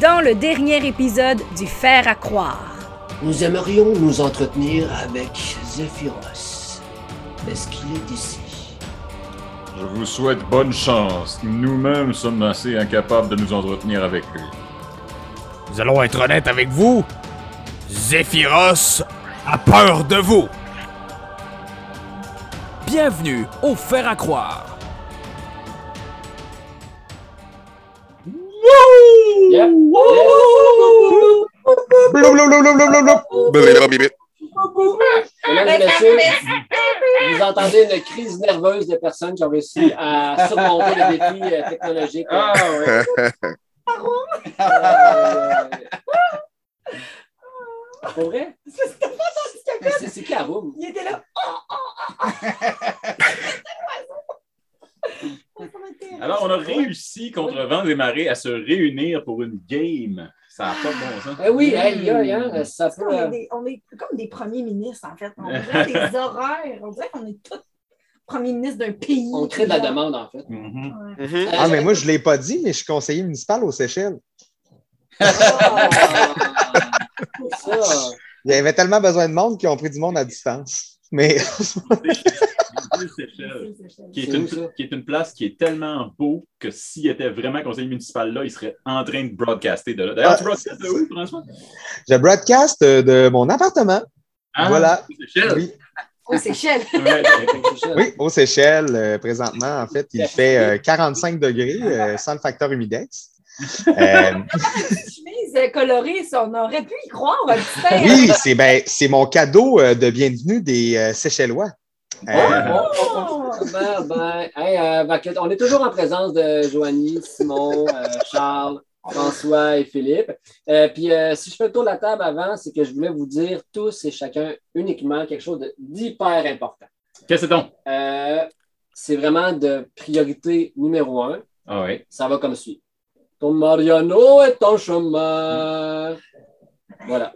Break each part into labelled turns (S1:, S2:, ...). S1: dans le dernier épisode du Fer à croire.
S2: Nous aimerions nous entretenir avec Zephyros. Est-ce qu'il est ici?
S3: Je vous souhaite bonne chance. Nous-mêmes sommes assez incapables de nous entretenir avec lui.
S4: Nous allons être honnêtes avec vous. Zephyros a peur de vous.
S5: Bienvenue au Fer à croire.
S6: Et là, messieurs, vous entendez une crise nerveuse de personnes qui ont réussi à surmonter le défi euh, technologique.
S7: Ah ouais.
S6: Euh, pour vrai? Mais C'est c'est qui la room?
S8: Il était là.
S3: Alors, on a réussi contre vents et marées à se réunir pour une game. Ça n'a pas de bon sens.
S6: Eh oui, hey, y a, y a, ça peut.
S8: On est,
S6: euh,
S8: des- on est comme des premiers ministres, en fait. On dirait des horaires. On dirait qu'on est tous premiers ministres d'un pays.
S6: On crée de la demande, en fait.
S3: Mhm.
S7: Mhm.
S9: Ah, mais moi, je ne l'ai pas dit, mais je suis conseiller municipal aux Seychelles.
S6: Ah, Ça,
S9: Il y avait tellement besoin de monde qu'ils ont pris du monde à distance. Mais
S3: Les Seychelles, Qui est,
S6: C'est où, ça?
S3: une, qui est une place qui est tellement beau que s'il était vraiment conseiller municipal là, il serait en train de broadcaster de là. D'ailleurs,
S9: Ah,
S3: tu broadcastes de où, François?
S9: je broadcast euh, de mon appartement.
S3: Ah,
S9: Voilà.
S3: les Seychelles.
S9: Oui,
S8: Aux Seychelles.
S3: Ouais,
S9: oui, aux Seychelles, euh, présentement, en fait, il fait euh, 45 degrés euh, sans le facteur humidex. Euh,
S8: chemise euh, colorée, ça, on aurait pu y croire, un petit peu.
S9: oui, c'est ben, c'est mon cadeau euh, de bienvenue des euh, Seychellois. Euh,
S8: Oh!
S6: Ben, ben, hey, euh, ben, que- on est toujours en présence de Joanie, Simon, euh, Charles, François et Philippe. Euh, Puis euh, si je fais le tour de la table avant, c'est que je voulais vous dire tous et chacun uniquement quelque chose de- d'hyper important.
S3: Qu'est-ce que c'est donc?
S6: Euh, c'est vraiment de priorité numéro un.
S3: Ah ouais.
S6: Ça va comme suit. Ton Mariano est ton chemin. Voilà.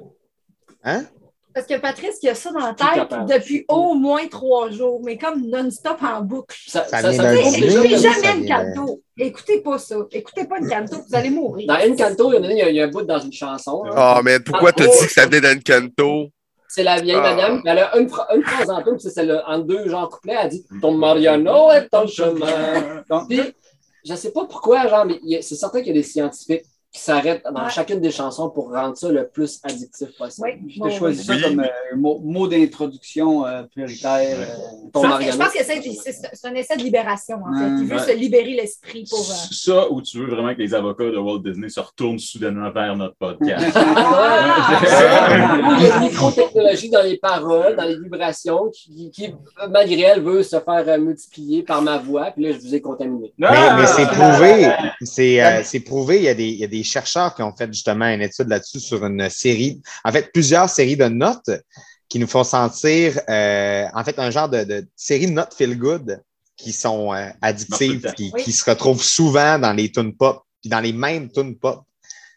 S8: Parce que Patrice, il y a ça dans la
S6: Tout
S8: tête
S6: capable.
S8: depuis au moins trois jours, mais comme non-stop en boucle.
S6: Ça,
S9: Ça
S6: ça, ça
S9: vient d'un
S6: me
S9: dîner.
S6: compte déjà
S8: Écoutez
S6: comme-
S9: ça
S8: jamais
S9: vient
S8: le canto. Écoutez pas ça. Écoutez pas le canto, vous allez mourir.
S6: Dans Encanto, il y en a, il y a- il y a un bout dans une chanson. là.
S7: Oh, mais pourquoi t'as dit que ça venait d'un canto?
S6: C'est la vieille
S7: Ah.
S6: madame. Elle a une, phra- une phrase en plus, c'est celle-là, en deux genres couplets. Elle dit Ton Mariano est ton chemin. Donc, puis, je sais pas pourquoi, genre, mais il y a- c'est certain qu'il y a des scientifiques qui s'arrêtent dans
S8: Ouais.
S6: chacune des chansons pour rendre ça le plus addictif possible.
S8: Oui,
S10: Puis
S8: bon,
S10: t'as choisi
S8: oui.
S10: ça comme euh, mot, mot d'introduction euh, prioritaire. euh,
S6: Ton
S8: Je pense que- Je
S6: Mariano.
S8: pense que c'est- c'est c'est un essai de libération, en fait.
S10: Ouais.
S8: Il veut
S3: Ouais.
S8: se libérer l'esprit pour. euh,
S3: Ça, où tu veux vraiment que les avocats de Walt Disney se retournent soudainement vers notre podcast.
S6: Il y a une microtechnologie dans les paroles, dans les vibrations, qui, qui- qui, malgré elle, veut se faire euh, multiplier par ma voix. Puis là, je vous ai contaminé.
S9: Mais, mais Ah,
S10: Ah!
S9: c'est prouvé. C'est euh,
S10: Ouais.
S9: c'est prouvé. Il y, a des, il y a des chercheurs qui ont fait justement une étude là-dessus sur une série, en fait, plusieurs séries de notes qui nous font sentir, euh, en fait, un genre de, de série de notes feel-good qui sont euh,
S3: Marche tout
S9: addictives,
S3: le temps.
S9: qui,
S8: Oui.
S9: qui se retrouvent souvent dans les tunes pop, puis dans les mêmes tunes pop.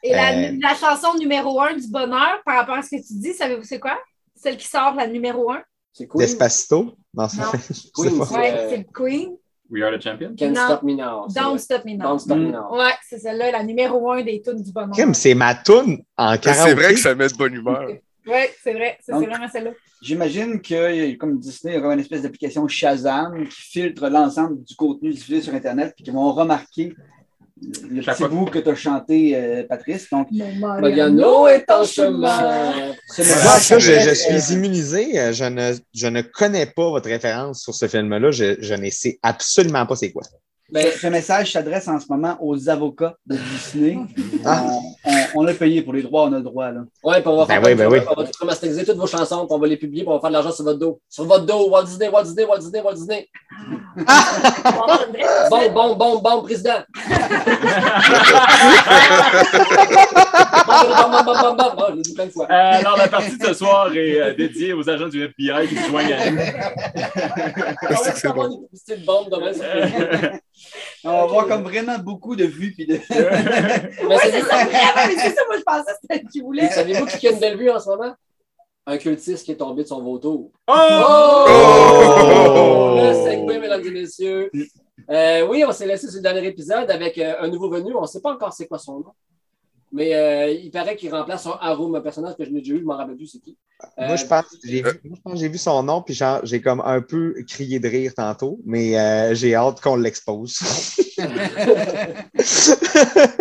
S8: Et la,
S9: Euh,
S8: la chanson numéro un du bonheur par rapport à ce que tu dis, savez-vous c'est quoi? Celle qui sort la numéro un?
S6: C'est cool.
S9: Despacito, dans ce
S8: Non.
S9: je sais
S6: Queen,
S9: pas.
S6: C'est,
S8: Ouais,
S6: euh,
S8: c'est le Queen.
S3: We are the champion?
S6: Can't
S8: Non.
S6: stop me now. c'est
S8: Don't
S6: vrai.
S8: Stop Me Now.
S6: Don't stop me
S10: Mm.
S6: now.
S8: Ouais, c'est celle-là, la numéro un des tunes du bonheur.
S9: Crime, C'est ma tune en
S7: Mais
S9: karaoké.
S7: C'est vrai que ça met de bonne humeur.
S8: Ouais, c'est vrai. C'est c'est
S10: Donc-
S8: vraiment celle-là.
S10: J'imagine que, comme Disney, il y aura une espèce d'application Shazam qui filtre l'ensemble du contenu diffusé sur Internet puis qui vont remarquer le
S3: Chaque
S10: petit
S3: fois.
S10: bout que tu as chanté, euh, Patrice. Donc,
S6: Mariano est en chemin.
S10: ce
S9: Moi,
S10: message-
S9: ça, je, je suis immunisé. Euh, Je ne, je ne connais pas votre référence sur ce film-là. Je, je ne sais absolument pas c'est quoi.
S6: Ben,
S10: Ce message s'adresse en ce moment aux avocats de Disney. On, on- on l'a payé pour les droits, on a le droit. Là.
S6: ouais, puis on va
S9: Ben
S6: faire
S9: oui,
S6: comme
S9: ben
S6: ça,
S9: oui.
S6: puis On va tout remasteriser toutes vos chansons, puis on va les publier, puis on va faire de l'argent sur votre dos. Sur votre dos, Walt Disney, Walt Disney, Walt Disney, Walt Disney. Bon, bon, bon, bon, président. bon, bon, bon, bon, bon, bon, bon, je l'ai dit plein de fois.
S3: Euh, Alors, la partie de ce soir est euh, dédiée aux agents du FBI qui se joignent à nous.
S6: On va juste avoir une petite bombe demain sur le-
S10: On va avoir comme vraiment beaucoup de vues. Puis de...
S6: Mais
S8: Ouais, c'est
S6: savez-vous-
S8: ça, vraiment, mais c'est ça, moi je pensais que c'était qui voulait.
S6: savez-vous qui a une belle vue en ce moment? Un cultiste qui est tombé de son vautour.
S8: Oh!
S7: Oh!
S6: Oh! Le segway, mesdames et messieurs. Euh, oui, on s'est laissé sur le dernier épisode avec euh, un nouveau venu. On ne sait pas encore c'est quoi son nom. Mais euh, il paraît qu'il remplace un Harum, un personnage que je n'ai déjà eu, je m'en rappelle plus c'est qui. Euh,
S9: Moi, je pense que j'ai vu, moi, je pense que j'ai vu son nom, puis genre, j'ai comme un peu crié de rire tantôt, mais euh, j'ai hâte qu'on l'expose.
S6: Euh,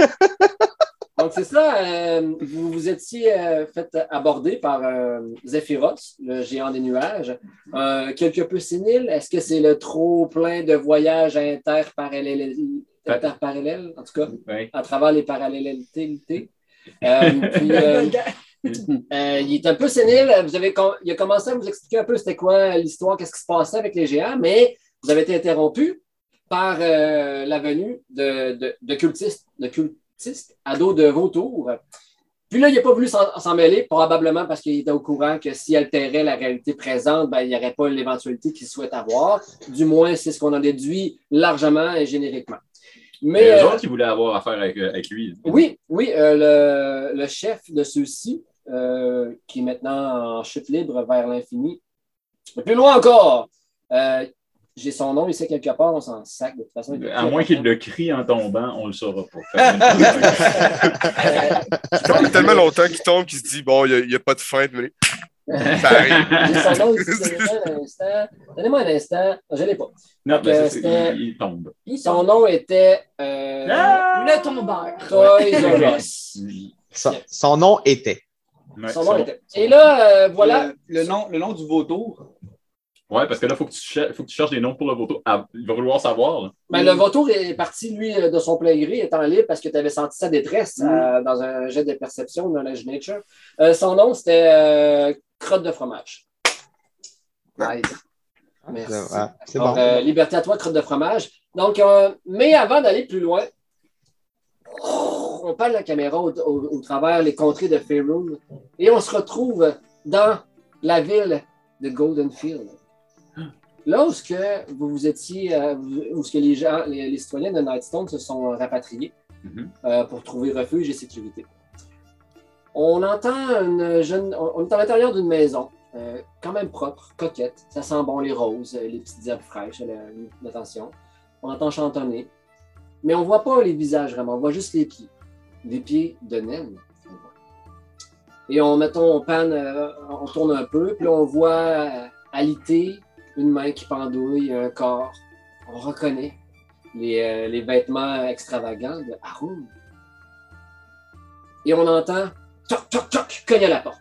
S6: Donc, c'est ça. euh, vous vous étiez euh, fait aborder par euh, Zephyros, le géant des nuages, Euh, quelque peu sénile. Est-ce que c'est le trop plein de voyages interparallèles, interparallèles, en tout cas,
S3: Ouais.
S6: à travers les parallélités? Euh, puis, euh, euh, il est un peu sénile. Vous avez com- il a commencé à vous expliquer un peu c'était quoi l'histoire, qu'est-ce qui se passait avec les géants, mais vous avez été interrompu par euh, la venue de, de, de cultistes, de cultistes à dos de vautours. Puis là, il n'a pas voulu s'en s'en mêler, probablement parce qu'il était au courant que s'il altérait la réalité présente, ben, il n'y aurait pas l'éventualité qu'il souhaite avoir. Du moins, c'est ce qu'on en déduit largement et génériquement.
S3: Mais les
S6: euh,
S3: gens qui voulaient avoir affaire avec, euh, avec lui.
S6: oui, oui, euh, le, le chef de ceux-ci, euh, qui est maintenant en chute libre vers l'infini. Et Plus loin encore, euh, j'ai son nom ici quelque part, on s'en sac de toute façon. il est
S3: À
S6: plus
S3: moins qu'il
S6: important.
S3: le crie en tombant, on le saura pas. Fait que-
S6: Euh,
S7: Ça fait tellement longtemps qu'il tombe qu'il se dit, bon, il n'y a, pas de fin, mais ça arrive.
S6: J'ai son nom ici, donnez-moi un instant. Donnez-moi un instant, je l'ai pas.
S3: non, mais ça,
S6: Euh,
S3: c'est-
S6: c'était-
S3: il, il tombe.
S6: Son nom était euh,
S8: Le tombeur.
S6: Toys R Us.
S9: son, son nom était.
S3: Ouais,
S6: Son
S3: ça
S6: nom
S3: va.
S6: était. Et là, euh, voilà.
S10: Le, le nom, le nom du vautour.
S3: Ouais, parce que là, il faut, que tu cher- faut que tu cherches des noms pour le vautour. Ah, il va vouloir savoir. là.
S6: Ben, le vautour est parti, lui, euh, de son plein gré, étant libre parce que tu avais senti sa détresse euh, dans un jet de perception, dans Knowledge Nature. Euh, son nom, c'était euh, Crotte de fromage. Nice. Merci.
S9: Ah, c'est
S6: Donc,
S9: bon.
S6: euh, liberté à toi, Crotte de fromage. Donc, euh, mais avant d'aller plus loin, on parle la caméra au, au- au travers les contrées de Faerun et on se retrouve dans la ville de Goldenfield. Là où ce que vous vous étiez, euh, où ce que les gens, les, les citoyens de Nightstone se sont euh, rapatriés
S3: Mhm.
S6: euh, pour trouver refuge et sécurité. On entend une jeune, on, on est à l'intérieur d'une maison, euh, quand même propre, coquette. Ça sent bon les roses, euh, les petites herbes fraîches, la- l'attention. On entend chantonner, mais on voit pas les visages vraiment. On voit juste les pieds, les pieds de naine. on voit. Et on mettons, on panne, euh, on tourne un peu, puis là, on voit euh, alité, une main qui pendouille, un corps. On reconnaît les, euh, les vêtements extravagants de Haroun. Et on entend toc, toc, toc, cogner à la porte.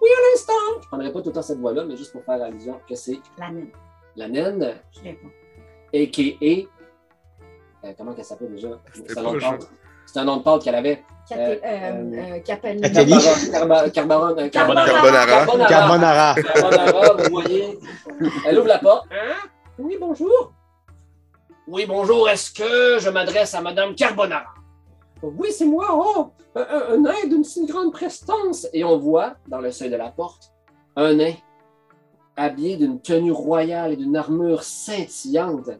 S6: Oui, un instant! Je ne prendrai pas tout le temps cette voix-là, mais juste pour faire allusion que c'est
S8: La mine.
S6: la naine,
S8: Je réponds.
S6: a.k.a. euh, comment elle s'appelle déjà? C'est un nom de
S7: pas,
S6: pâte. C'est un nom de pâte qu'elle avait.
S8: Cat-
S6: Euh,
S8: euh, euh, Capelli.
S9: Capelli.
S6: Carbaron. Carbaron. euh,
S3: Carbonara.
S7: Carbonara.
S6: Carbonara.
S9: Carbonara.
S6: Carbonara, vous voyez. Elle ouvre la porte. Hein? Oui, bonjour. Oui, bonjour. Est-ce que je m'adresse à Madame Carbonara? Oui, c'est moi. Oh, un, un- un nain d'une si grande prestance. Et on voit, dans le seuil de la porte, un nain habillé d'une tenue royale et d'une armure scintillante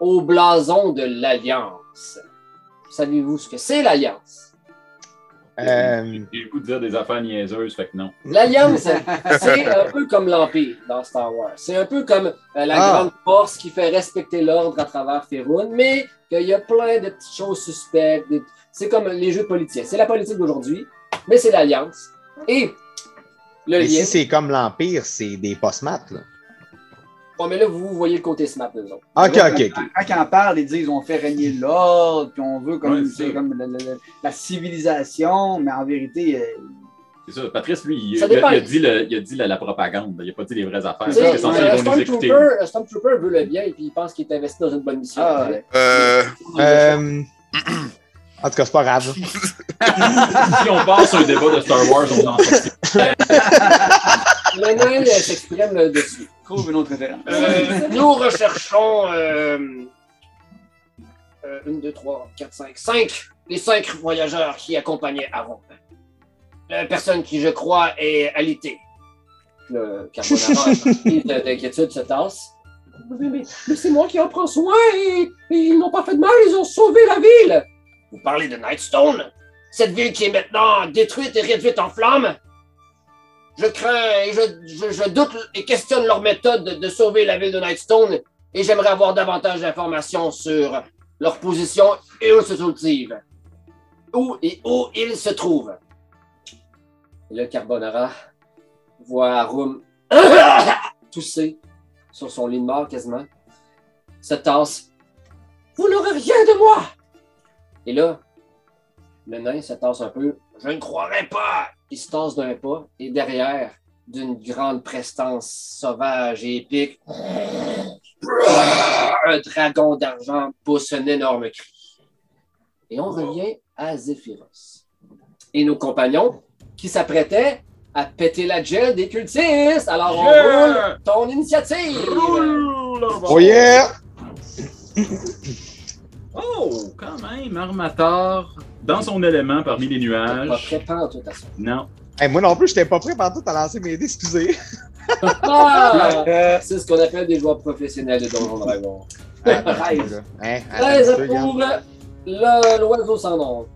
S6: au blason de l'Alliance. Savez-vous ce que c'est l'Alliance?
S9: Euh,
S3: J'ai le goût de dire des affaires niaiseuses, fait que non.
S6: L'Alliance, c'est un peu comme l'Empire dans Star Wars. C'est un peu comme euh, la
S9: Ah.
S6: grande force qui fait respecter l'ordre à travers Ferun, mais qu'il y a plein de petites choses suspectes. des- C'est comme les jeux de politiciens. C'est la politique d'aujourd'hui, mais c'est l'Alliance. Et le
S9: mais
S6: lien.
S9: si c'est comme l'Empire, c'est des post-mat. là.
S6: Bon, mais là, vous voyez le côté SMAP, nous autres.
S9: Ok, ok, ok.
S10: Quand ils en parlent, ils disent on fait régner l'ordre, puis on veut comme,
S3: Ouais,
S10: tu sais,
S3: c'est-
S10: comme le- le- le- la civilisation, mais en vérité, euh,
S3: C'est ça. Patrice, lui, il,
S6: Ça
S3: il a,
S6: dépend.
S3: il a dit, le- il a dit la, la propagande. Il n'a pas dit les vraies affaires.
S6: Tu
S10: C'est
S6: sais,
S3: C'est
S10: ça,
S6: le
S3: censé
S10: ouais.
S3: ils vont nous écouter.
S6: Stormtrooper le Stormtrooper veut le bien et puis il pense qu'il est investi dans une bonne mission.
S10: Ah, ouais.
S7: Euh,
S9: Euh, en tout cas, c'est pas grave.
S3: Si on passe sur un débat de Star Wars, on en sortit.
S6: Le nain euh, s'exprime euh, dessus.
S10: trouve une autre référence.
S6: Euh, nous recherchons euh, euh, une, deux, trois, quatre, cinq, cinq, les cinq voyageurs qui accompagnaient Aaron. La personne qui, je crois, est alitée. Le carbonara, rempli de- d'inquiétude, se tasse. Mais, mais- mais c'est moi qui en prends soin et, et ils n'ont pas fait de mal, ils ont sauvé la ville. Vous parlez de Nightstone Cette ville qui est maintenant détruite et réduite en flammes je crains et je, je- je doute et questionne leur méthode de, de sauver la ville de Nightstone et j'aimerais avoir davantage d'informations sur leur position et où se trouvent-ils. où et où il se trouve. Et le Carbonara voit Room tousser sur son lit de mort quasiment, se tasse. Vous n'aurez rien de moi! Et là, le nain se tasse un peu. Je ne croirais pas! Il se tasse d'un pas et derrière, d'une grande prestance sauvage et épique, un dragon d'argent pousse un énorme cri. Et on revient à Zéphyros. Et nos compagnons qui s'apprêtaient à péter la gel des cultistes. Alors on
S3: Yeah!
S6: roule ton initiative.
S3: Roule!
S9: Oh yeah!
S3: Oh, quand même, Armator, dans son élément parmi les
S6: T'es Pas
S3: nuages.
S6: prépare tout à ça.
S3: Non.
S9: Hey, moi non plus, j'étais pas prêt partout à lancer mes dés, excusez.
S6: Ah! C'est ce qu'on appelle des joueurs professionnels de Donjon Dragon.
S9: Ah, mon gars. Hein, attends un
S6: 13
S9: peu,
S6: pour euh,
S9: regarde.
S6: le- l'oiseau sans nom.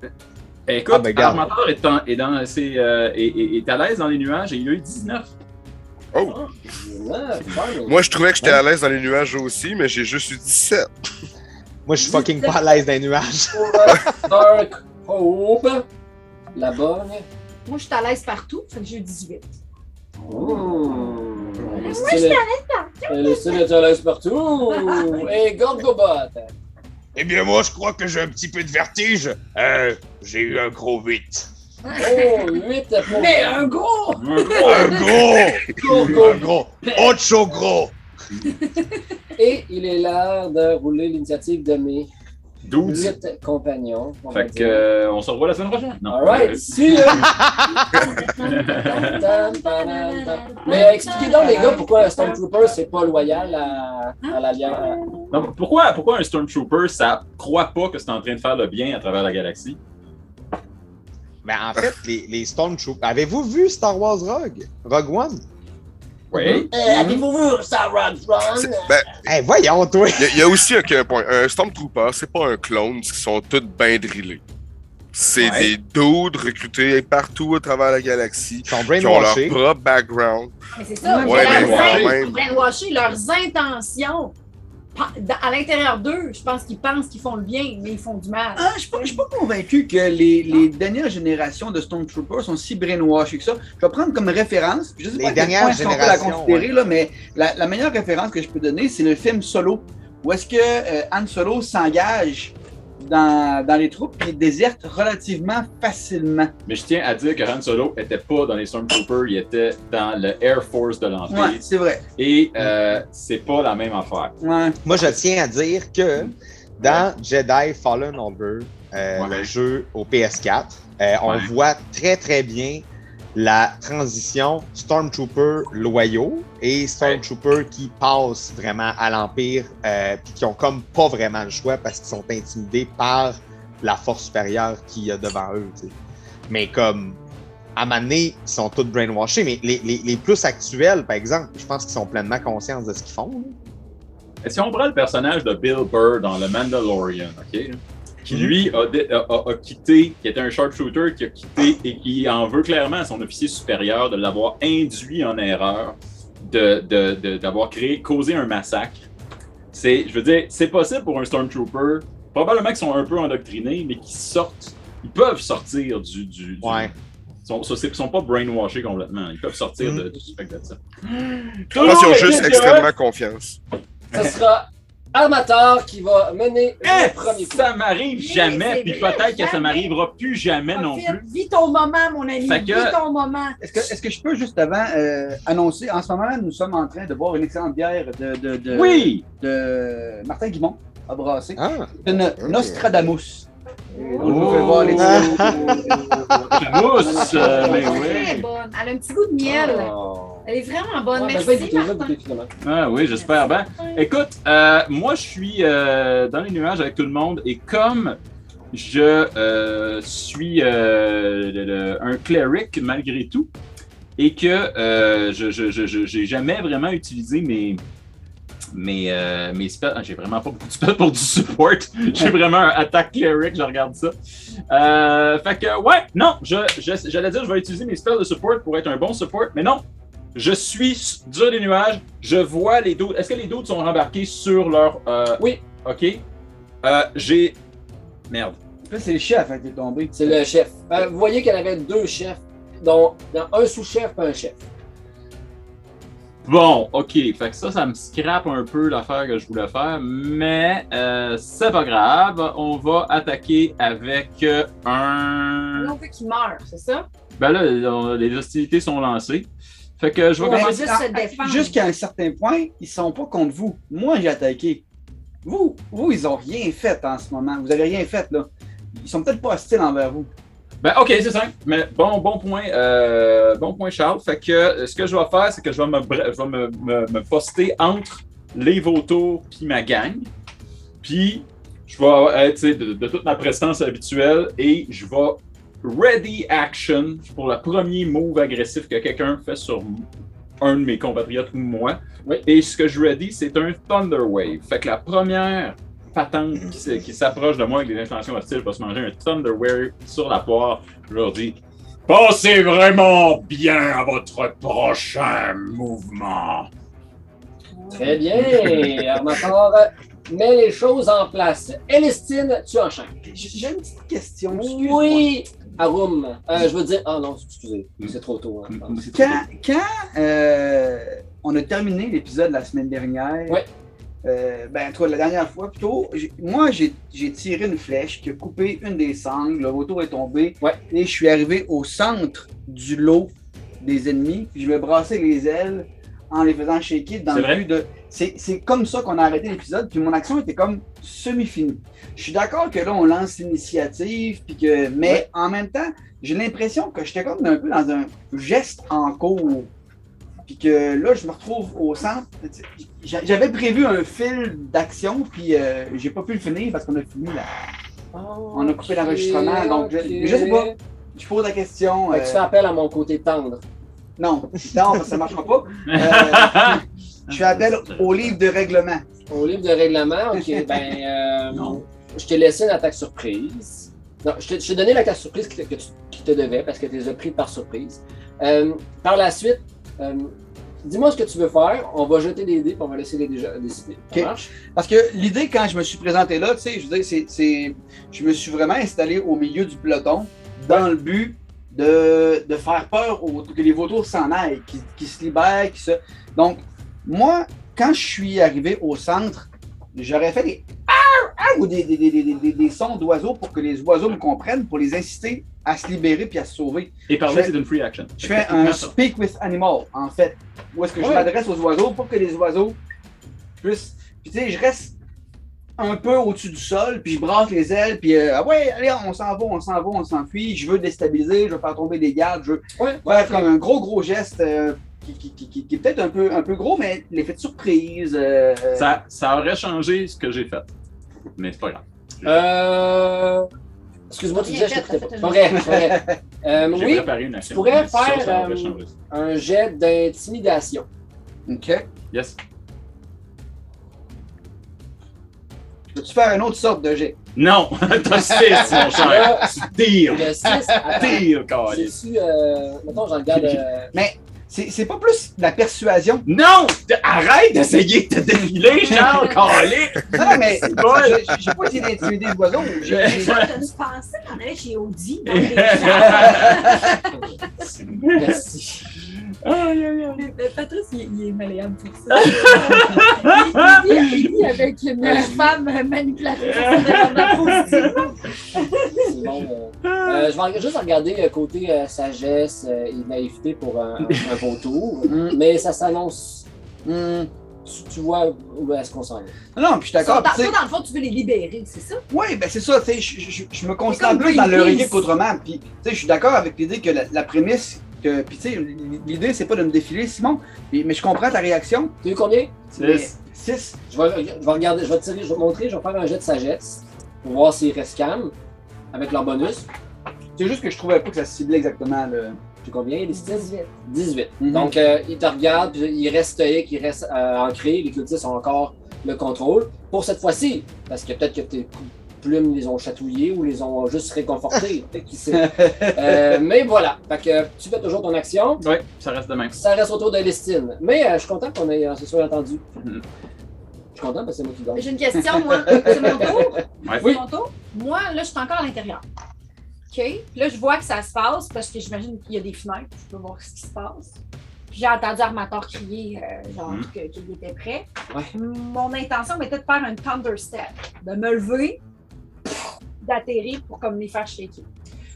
S3: Eh, Écoute,
S9: Ah, ben, garde.
S3: Armator est, en- est dans ses, euh, est- est- est à l'aise dans les nuages et il a eu 19.
S7: Oh!
S6: Ah, c'est pas mal.
S7: Moi, je trouvais que j'étais à l'aise dans les nuages aussi, mais j'ai juste eu 17.
S9: Moi, je suis fucking pas à l'aise dans les nuages.
S6: Pour, euh, Dark Hope, la bonne.
S8: Moi, je suis à l'aise partout, fait que j'ai eu 18.
S6: Mmh. Le style- Le style est à l'aise partout. Et Gorgobot.
S4: Eh bien, moi, je crois que j'ai un petit peu de vertige. Euh, j'ai eu un gros 8.
S6: Oh, 8 pour
S8: Mais un gros!
S6: Oh,
S4: Un gros! un
S6: Gorgobot.
S4: gros! Ocho gros!
S6: Et il est l'heure de rouler l'initiative de mes
S3: 12.
S6: 8 compagnons. on va
S3: Fait que,
S6: dire.
S3: euh, on se revoit la semaine prochaine. Non.
S6: Alright, see ya! Mais expliquez donc, les gars, pourquoi un Stormtrooper, c'est pas loyal à, à l'Alliance.
S3: Non, pourquoi, pourquoi un Stormtrooper, ça croit pas que c'est en train de faire le bien à travers la galaxie?
S9: Mais Ben, en fait, les, les Stormtroopers. Avez-vous vu Star Wars Rogue? Rogue One?
S3: Oui.
S6: Avez-vous vu ça, Rod
S7: C'est- Ben,
S9: Eh, voyons, toi!
S7: il y, a- il y a aussi un, un point. Un Stormtrooper, c'est pas un clone, ils sont tous bien drillés. C'est
S3: Ouais.
S7: des dudes recrutés partout à travers la galaxie,
S9: Ils sont
S7: qui ont leur
S9: brainwashés.
S7: propre background.
S8: Mais c'est ça,
S7: Ouais,
S8: leurs
S7: mais
S8: in-
S7: quand même.
S8: brainwashés, leurs intentions. pa- dans- À l'intérieur d'eux, je pense qu'ils pensent qu'ils font le bien, mais ils font du mal.
S10: Ah, je suis pas- je suis pas convaincu que les, les
S9: Ah.
S10: dernières générations de Stormtroopers sont si brainwashées que ça. Je vais prendre comme référence, puis je sais
S9: Les
S10: pas à quel
S9: dernières
S10: point est-ce qu'on peut la
S9: générations,
S10: considérer, là, mais la, la meilleure référence que je peux donner, c'est le film Solo, où est-ce que euh, Han Solo s'engage dans, dans les troupes et déserte relativement facilement.
S3: Mais je tiens à dire que Han Solo était pas dans les Stormtroopers, il était dans le Air Force de l'Empire.
S10: Ouais, c'est vrai.
S3: Et euh, c'est pas la même affaire.
S10: Ouais.
S9: Moi, je tiens à dire que dans Jedi Fallen Order, euh,
S3: Ouais.
S9: le jeu au PS4, euh, on
S3: Ouais.
S9: voit très très bien la transition Stormtrooper loyaux et Stormtrooper qui passent vraiment à l'Empire euh, puis qui ont comme pas vraiment le choix parce qu'ils sont intimidés par la force supérieure qu'il y a devant eux. tu sais. Mais comme à un moment donné, ils sont tous brainwashés, mais les, les- les plus actuels, par exemple, je pense qu'ils sont pleinement conscients de ce qu'ils font. là.
S3: Et si on prend le personnage de Bill Burr dans Le Mandalorian, OK? Qui lui a, dé- a- a- a quitté, qui était un sharpshooter, qui a quitté et qui en veut clairement à son officier supérieur de l'avoir induit en erreur, de- de- de- d'avoir créé, causé un massacre. C'est, je veux dire, c'est possible pour un stormtrooper, probablement qu'ils sont un peu endoctrinés, mais qui sortent, ils peuvent sortir du. du, du-
S9: Ouais.
S3: Ils sont, ils sont pas brainwashés complètement. Ils peuvent sortir de, du spectre de ça. Ah
S7: Je pense qu'ils ont juste extrêmement confiance.
S6: Ce sera Armator qui va mener le premier coup.
S3: Eh, ça m'arrive jamais,
S8: c'est
S3: puis
S8: vrai,
S3: peut-être que ça
S8: jamais.
S3: m'arrivera plus jamais non
S8: Profite,
S3: plus.
S8: Vis ton moment, mon ami.
S3: Fait que-
S8: Vis ton moment.
S10: Est-ce que, est-ce que je peux juste avant euh, annoncer, en ce moment, nous sommes en train de boire une excellente bière de, de, de,
S3: Oui!
S10: de Martin Guimont à brasser.
S9: Ah.
S10: C'est une Nostradamus. Et donc, je vous
S3: Oh.
S10: fais voir les
S3: La mousse,
S8: ah,
S3: euh, mais
S8: Très
S3: oui.
S8: bonne. Elle a un petit goût de miel.
S6: Oh.
S8: Elle est vraiment bonne.
S6: Ouais, ben, je vais
S8: Merci,
S6: goûter, je vais
S8: Martin.
S6: goûter, finalement.
S3: Ah oui, j'espère bien. Écoute, euh, moi, je suis euh, dans les nuages avec tout le monde, et comme je euh, suis euh, le- le- un cleric malgré tout, et que euh, je n'ai jamais vraiment utilisé mes. Mes, euh, mes spells, Ah, j'ai vraiment pas beaucoup de spells pour du support. J'ai vraiment un attaque cleric, je regarde ça. Euh, fait que, ouais, non, je, je- j'allais dire, je vais utiliser mes spells de support pour être un bon support, mais non, je suis s- dur des nuages, je vois les doutes. Est-ce que les doutes sont rembarqués sur leur. euh,
S6: Oui.
S3: Ok. Euh, j'ai. Merde.
S10: Là, c'est le chef hein, qui est tombé.
S6: C'est le chef. Euh, vous voyez qu'elle avait deux chefs, dont dont un sous-chef et un chef.
S3: Bon, ok. Fait que ça, ça me scrape un peu l'affaire que je voulais faire, mais euh, c'est pas grave. On va attaquer avec euh,
S8: Là,
S3: un.
S8: on veut qu'il meure, c'est ça?
S3: Ben là, on- les hostilités sont lancées. Fait que je vais
S8: On
S10: Mais
S8: va
S3: commencer.
S8: Ben, ah, juste
S10: à-
S8: se défendre.
S10: Jusqu'à un certain point, ils sont pas contre vous. Moi, j'ai attaqué. Vous, vous, ils ont rien fait en ce moment. Vous avez rien fait, là. Ils sont peut-être pas hostiles envers vous.
S3: Ben ok, c'est simple. Mais bon, bon point, euh, bon point, Charles. Fait que euh, ce que je vais faire, c'est que je vais me, bre- je vais me, me- me poster entre les vautours puis ma gang. Puis je vais être tu sais, de, de toute ma prestance habituelle et je vais ready action pour le premier move agressif que quelqu'un fait sur m- un de mes compatriotes ou moi.
S6: Oui.
S3: Et ce que je ready, c'est un thunder wave. Fait que la première patente qui se- qui s'approche de moi avec des intentions hostiles va se manger un thunder wave sur la poire. Je leur dis Pensez vraiment bien à votre prochain mouvement.
S6: Très bien, Armator. Mets les choses en place. Elistine, tu enchaînes.
S10: J- J'ai une petite question. excuse-moi.
S6: Oui, Arum. Euh, je veux dire. Ah non, excusez, c'est trop tôt. hein, je pense.
S10: Quand, quand, euh, on a terminé l'épisode la semaine dernière,
S6: Ouais.
S10: euh, ben, toi, la dernière fois plutôt, j'ai- moi, j'ai j'ai tiré une flèche qui a coupé une des sangles, le vautour est tombé,
S6: Ouais.
S10: et je suis arrivé au centre du lot des ennemis, puis je vais brasser les ailes en les faisant shaker dans
S3: C'est
S10: le
S3: vrai?
S10: but de. C'est c'est comme ça qu'on a arrêté l'épisode, puis mon action était comme semi-finie. Je suis d'accord que là, on lance l'initiative, puis que. Mais
S6: Ouais.
S10: en même temps, j'ai l'impression que j'étais comme un peu dans un geste en cours. Puis que là, je me retrouve au centre. Tu sais, j'a- J'avais prévu un fil d'action, puis euh, j'ai pas pu le finir parce qu'on a fini là. On a coupé
S6: Ok,
S10: l'enregistrement, donc je-
S6: ok.
S10: je sais pas. Je pose la question.
S6: Fait que
S10: euh,
S6: tu fais appel à mon côté tendre.
S10: Non, non, parce que ça marchera pas. Euh, je fais appel au livre de règlement.
S6: Au livre de règlement, ok, ben. euh, Je t'ai laissé une attaque surprise. Non, je t'ai- je t'ai donné l'attaque surprise que, que tu qui te devais parce que tu les as pris par surprise. Euh, par la suite, euh, dis-moi ce que tu veux faire. On va jeter des dés puis on va laisser les dés je- décider. Ça
S10: Ok.
S6: marche?
S10: Parce que l'idée, quand je me suis présenté là, tu sais, je veux dire, c'est- c'est. Je me suis vraiment installé au milieu du peloton dans le but de, de faire peur aux, que les vautours s'en aillent, qu'ils qu'ils se libèrent, qu'ils se. Donc, moi, quand je suis arrivé au centre, j'aurais fait des Arr! Arr! ou des, des, des, des, des- des- des sons d'oiseaux pour que les oiseaux me comprennent, pour les inciter à se libérer puis à se sauver.
S3: Et par là,
S10: Je-
S3: c'est une free action.
S10: Je
S3: Fait
S10: fais
S3: que
S10: un
S3: techniquement, ça-
S10: speak with animal, en fait. Où est-ce que je
S6: Ouais.
S10: m'adresse aux oiseaux pour que les oiseaux puissent. Puis tu sais, je reste un peu au-dessus du sol, puis je brasse les ailes, puis euh, ah ouais, allez, on s'en va, on s'en va, on s'enfuit. Je veux déstabiliser, je veux faire tomber des gardes, je veux
S6: Ouais,
S10: faire comme un gros, gros geste euh, qui, qui- qui- qui- qui est peut-être un peu, un peu gros, mais l'effet de surprise. euh,
S3: Ça, ça aurait changé ce que j'ai fait. Mais c'est pas grave.
S6: Euh... Excuse-moi, tu
S8: Rien
S6: disais, je
S8: fait,
S6: t'écoutais
S8: t'as
S6: pas.
S8: fait
S6: Pas vrai, pas vrai. Euh,
S3: J'ai
S6: oui,
S3: préparé une action.
S6: tu pourrais
S3: Ça, ça
S6: faire,
S3: aurait
S6: euh,
S3: changé.
S6: un jet d'intimidation.
S10: OK.
S3: Yes.
S10: Peux-tu faire une autre sorte de jet?
S3: Non, t'as 6, mon cher.
S6: Là,
S3: Tu tires.
S6: le 6, attends,
S3: Tire, câlisse.
S6: c'est-tu... Euh... Mettons, j'en regarde... euh,
S10: C'est c'est pas plus de la persuasion.
S3: Non! T- Arrête d'essayer de te défiler, Charles, câlisse.
S10: Non, non, mais
S3: C'est bon.
S10: j'ai- j'ai pas essayé d'intimider les oiseaux. j'ai- j'ai-
S8: T'as dû penser qu'on allait chez Audi dans les
S6: Merci.
S8: Mais- mais Patrice, il, il est malléable pour ça. il, il vit, il vit avec une femme manipulatrice. C'est vraiment positif.
S6: C'est bon. euh, euh, je vais juste regarder le côté euh, sagesse euh, et naïveté pour euh, un, un, un vautour,
S10: Mm.
S6: mais ça s'annonce.
S10: Hmm.
S6: Tu, tu vois où est-ce qu'on s'en va.
S10: Non, non, puis je suis d'accord.
S8: Dans-
S10: puis tu
S8: Toi, dans le fond, tu veux les libérer, c'est ça?
S10: sais, Ouais, ben c'est ça, tu sais, je, je- je me concentre
S8: comme
S10: plus dans leur
S8: Greenpeace.
S10: équipe qu'autrement. Puis, tu sais, je suis d'accord avec l'idée que la, la prémisse, que, puis tu sais, l'idée, c'est pas de me défiler, Simon, mais, mais je comprends ta réaction.
S6: T'as eu combien?
S3: Six.
S10: 6.
S6: Je vais, je vais regarder, je vais tirer, je vais montrer, je vais faire un jet de sagesse pour voir s'ils restent calmes avec leur bonus.
S10: C'est juste que je trouvais pas que ça ciblait exactement le.
S6: J'ai combien, les
S8: 18.
S6: 18.
S10: Mhm.
S6: Donc, euh, ils te regardent, puis ils restent stoïques, ils restent euh, ancrés. Les cultistes ont encore le contrôle. Pour cette fois-ci, parce que peut-être que tes plumes les ont chatouillés ou les ont juste réconfortés. qui sait. Euh, mais voilà. Fait que tu fais toujours ton action.
S3: Ouais, ça reste de même.
S6: Ça reste autour de Lestine. Mais euh, je suis content qu'on ait, euh, se soit entendu. Je suis content parce que c'est moi qui gagne.
S8: J'ai une question, moi. C'est mon tour?
S3: Ouais.
S8: C'est mon tour? Moi, là, je suis encore à l'intérieur. OK? Puis là, je vois que ça se passe parce que j'imagine qu'il y a des fenêtres. Je peux voir ce qui se passe. Puis j'ai entendu Armator crier, euh, genre,
S3: Mhm.
S8: que- qu'il était prêt.
S6: Ouais.
S8: Mon intention était de faire un thunder step, de me lever, pff, d'atterrir pour comme les faire shaker.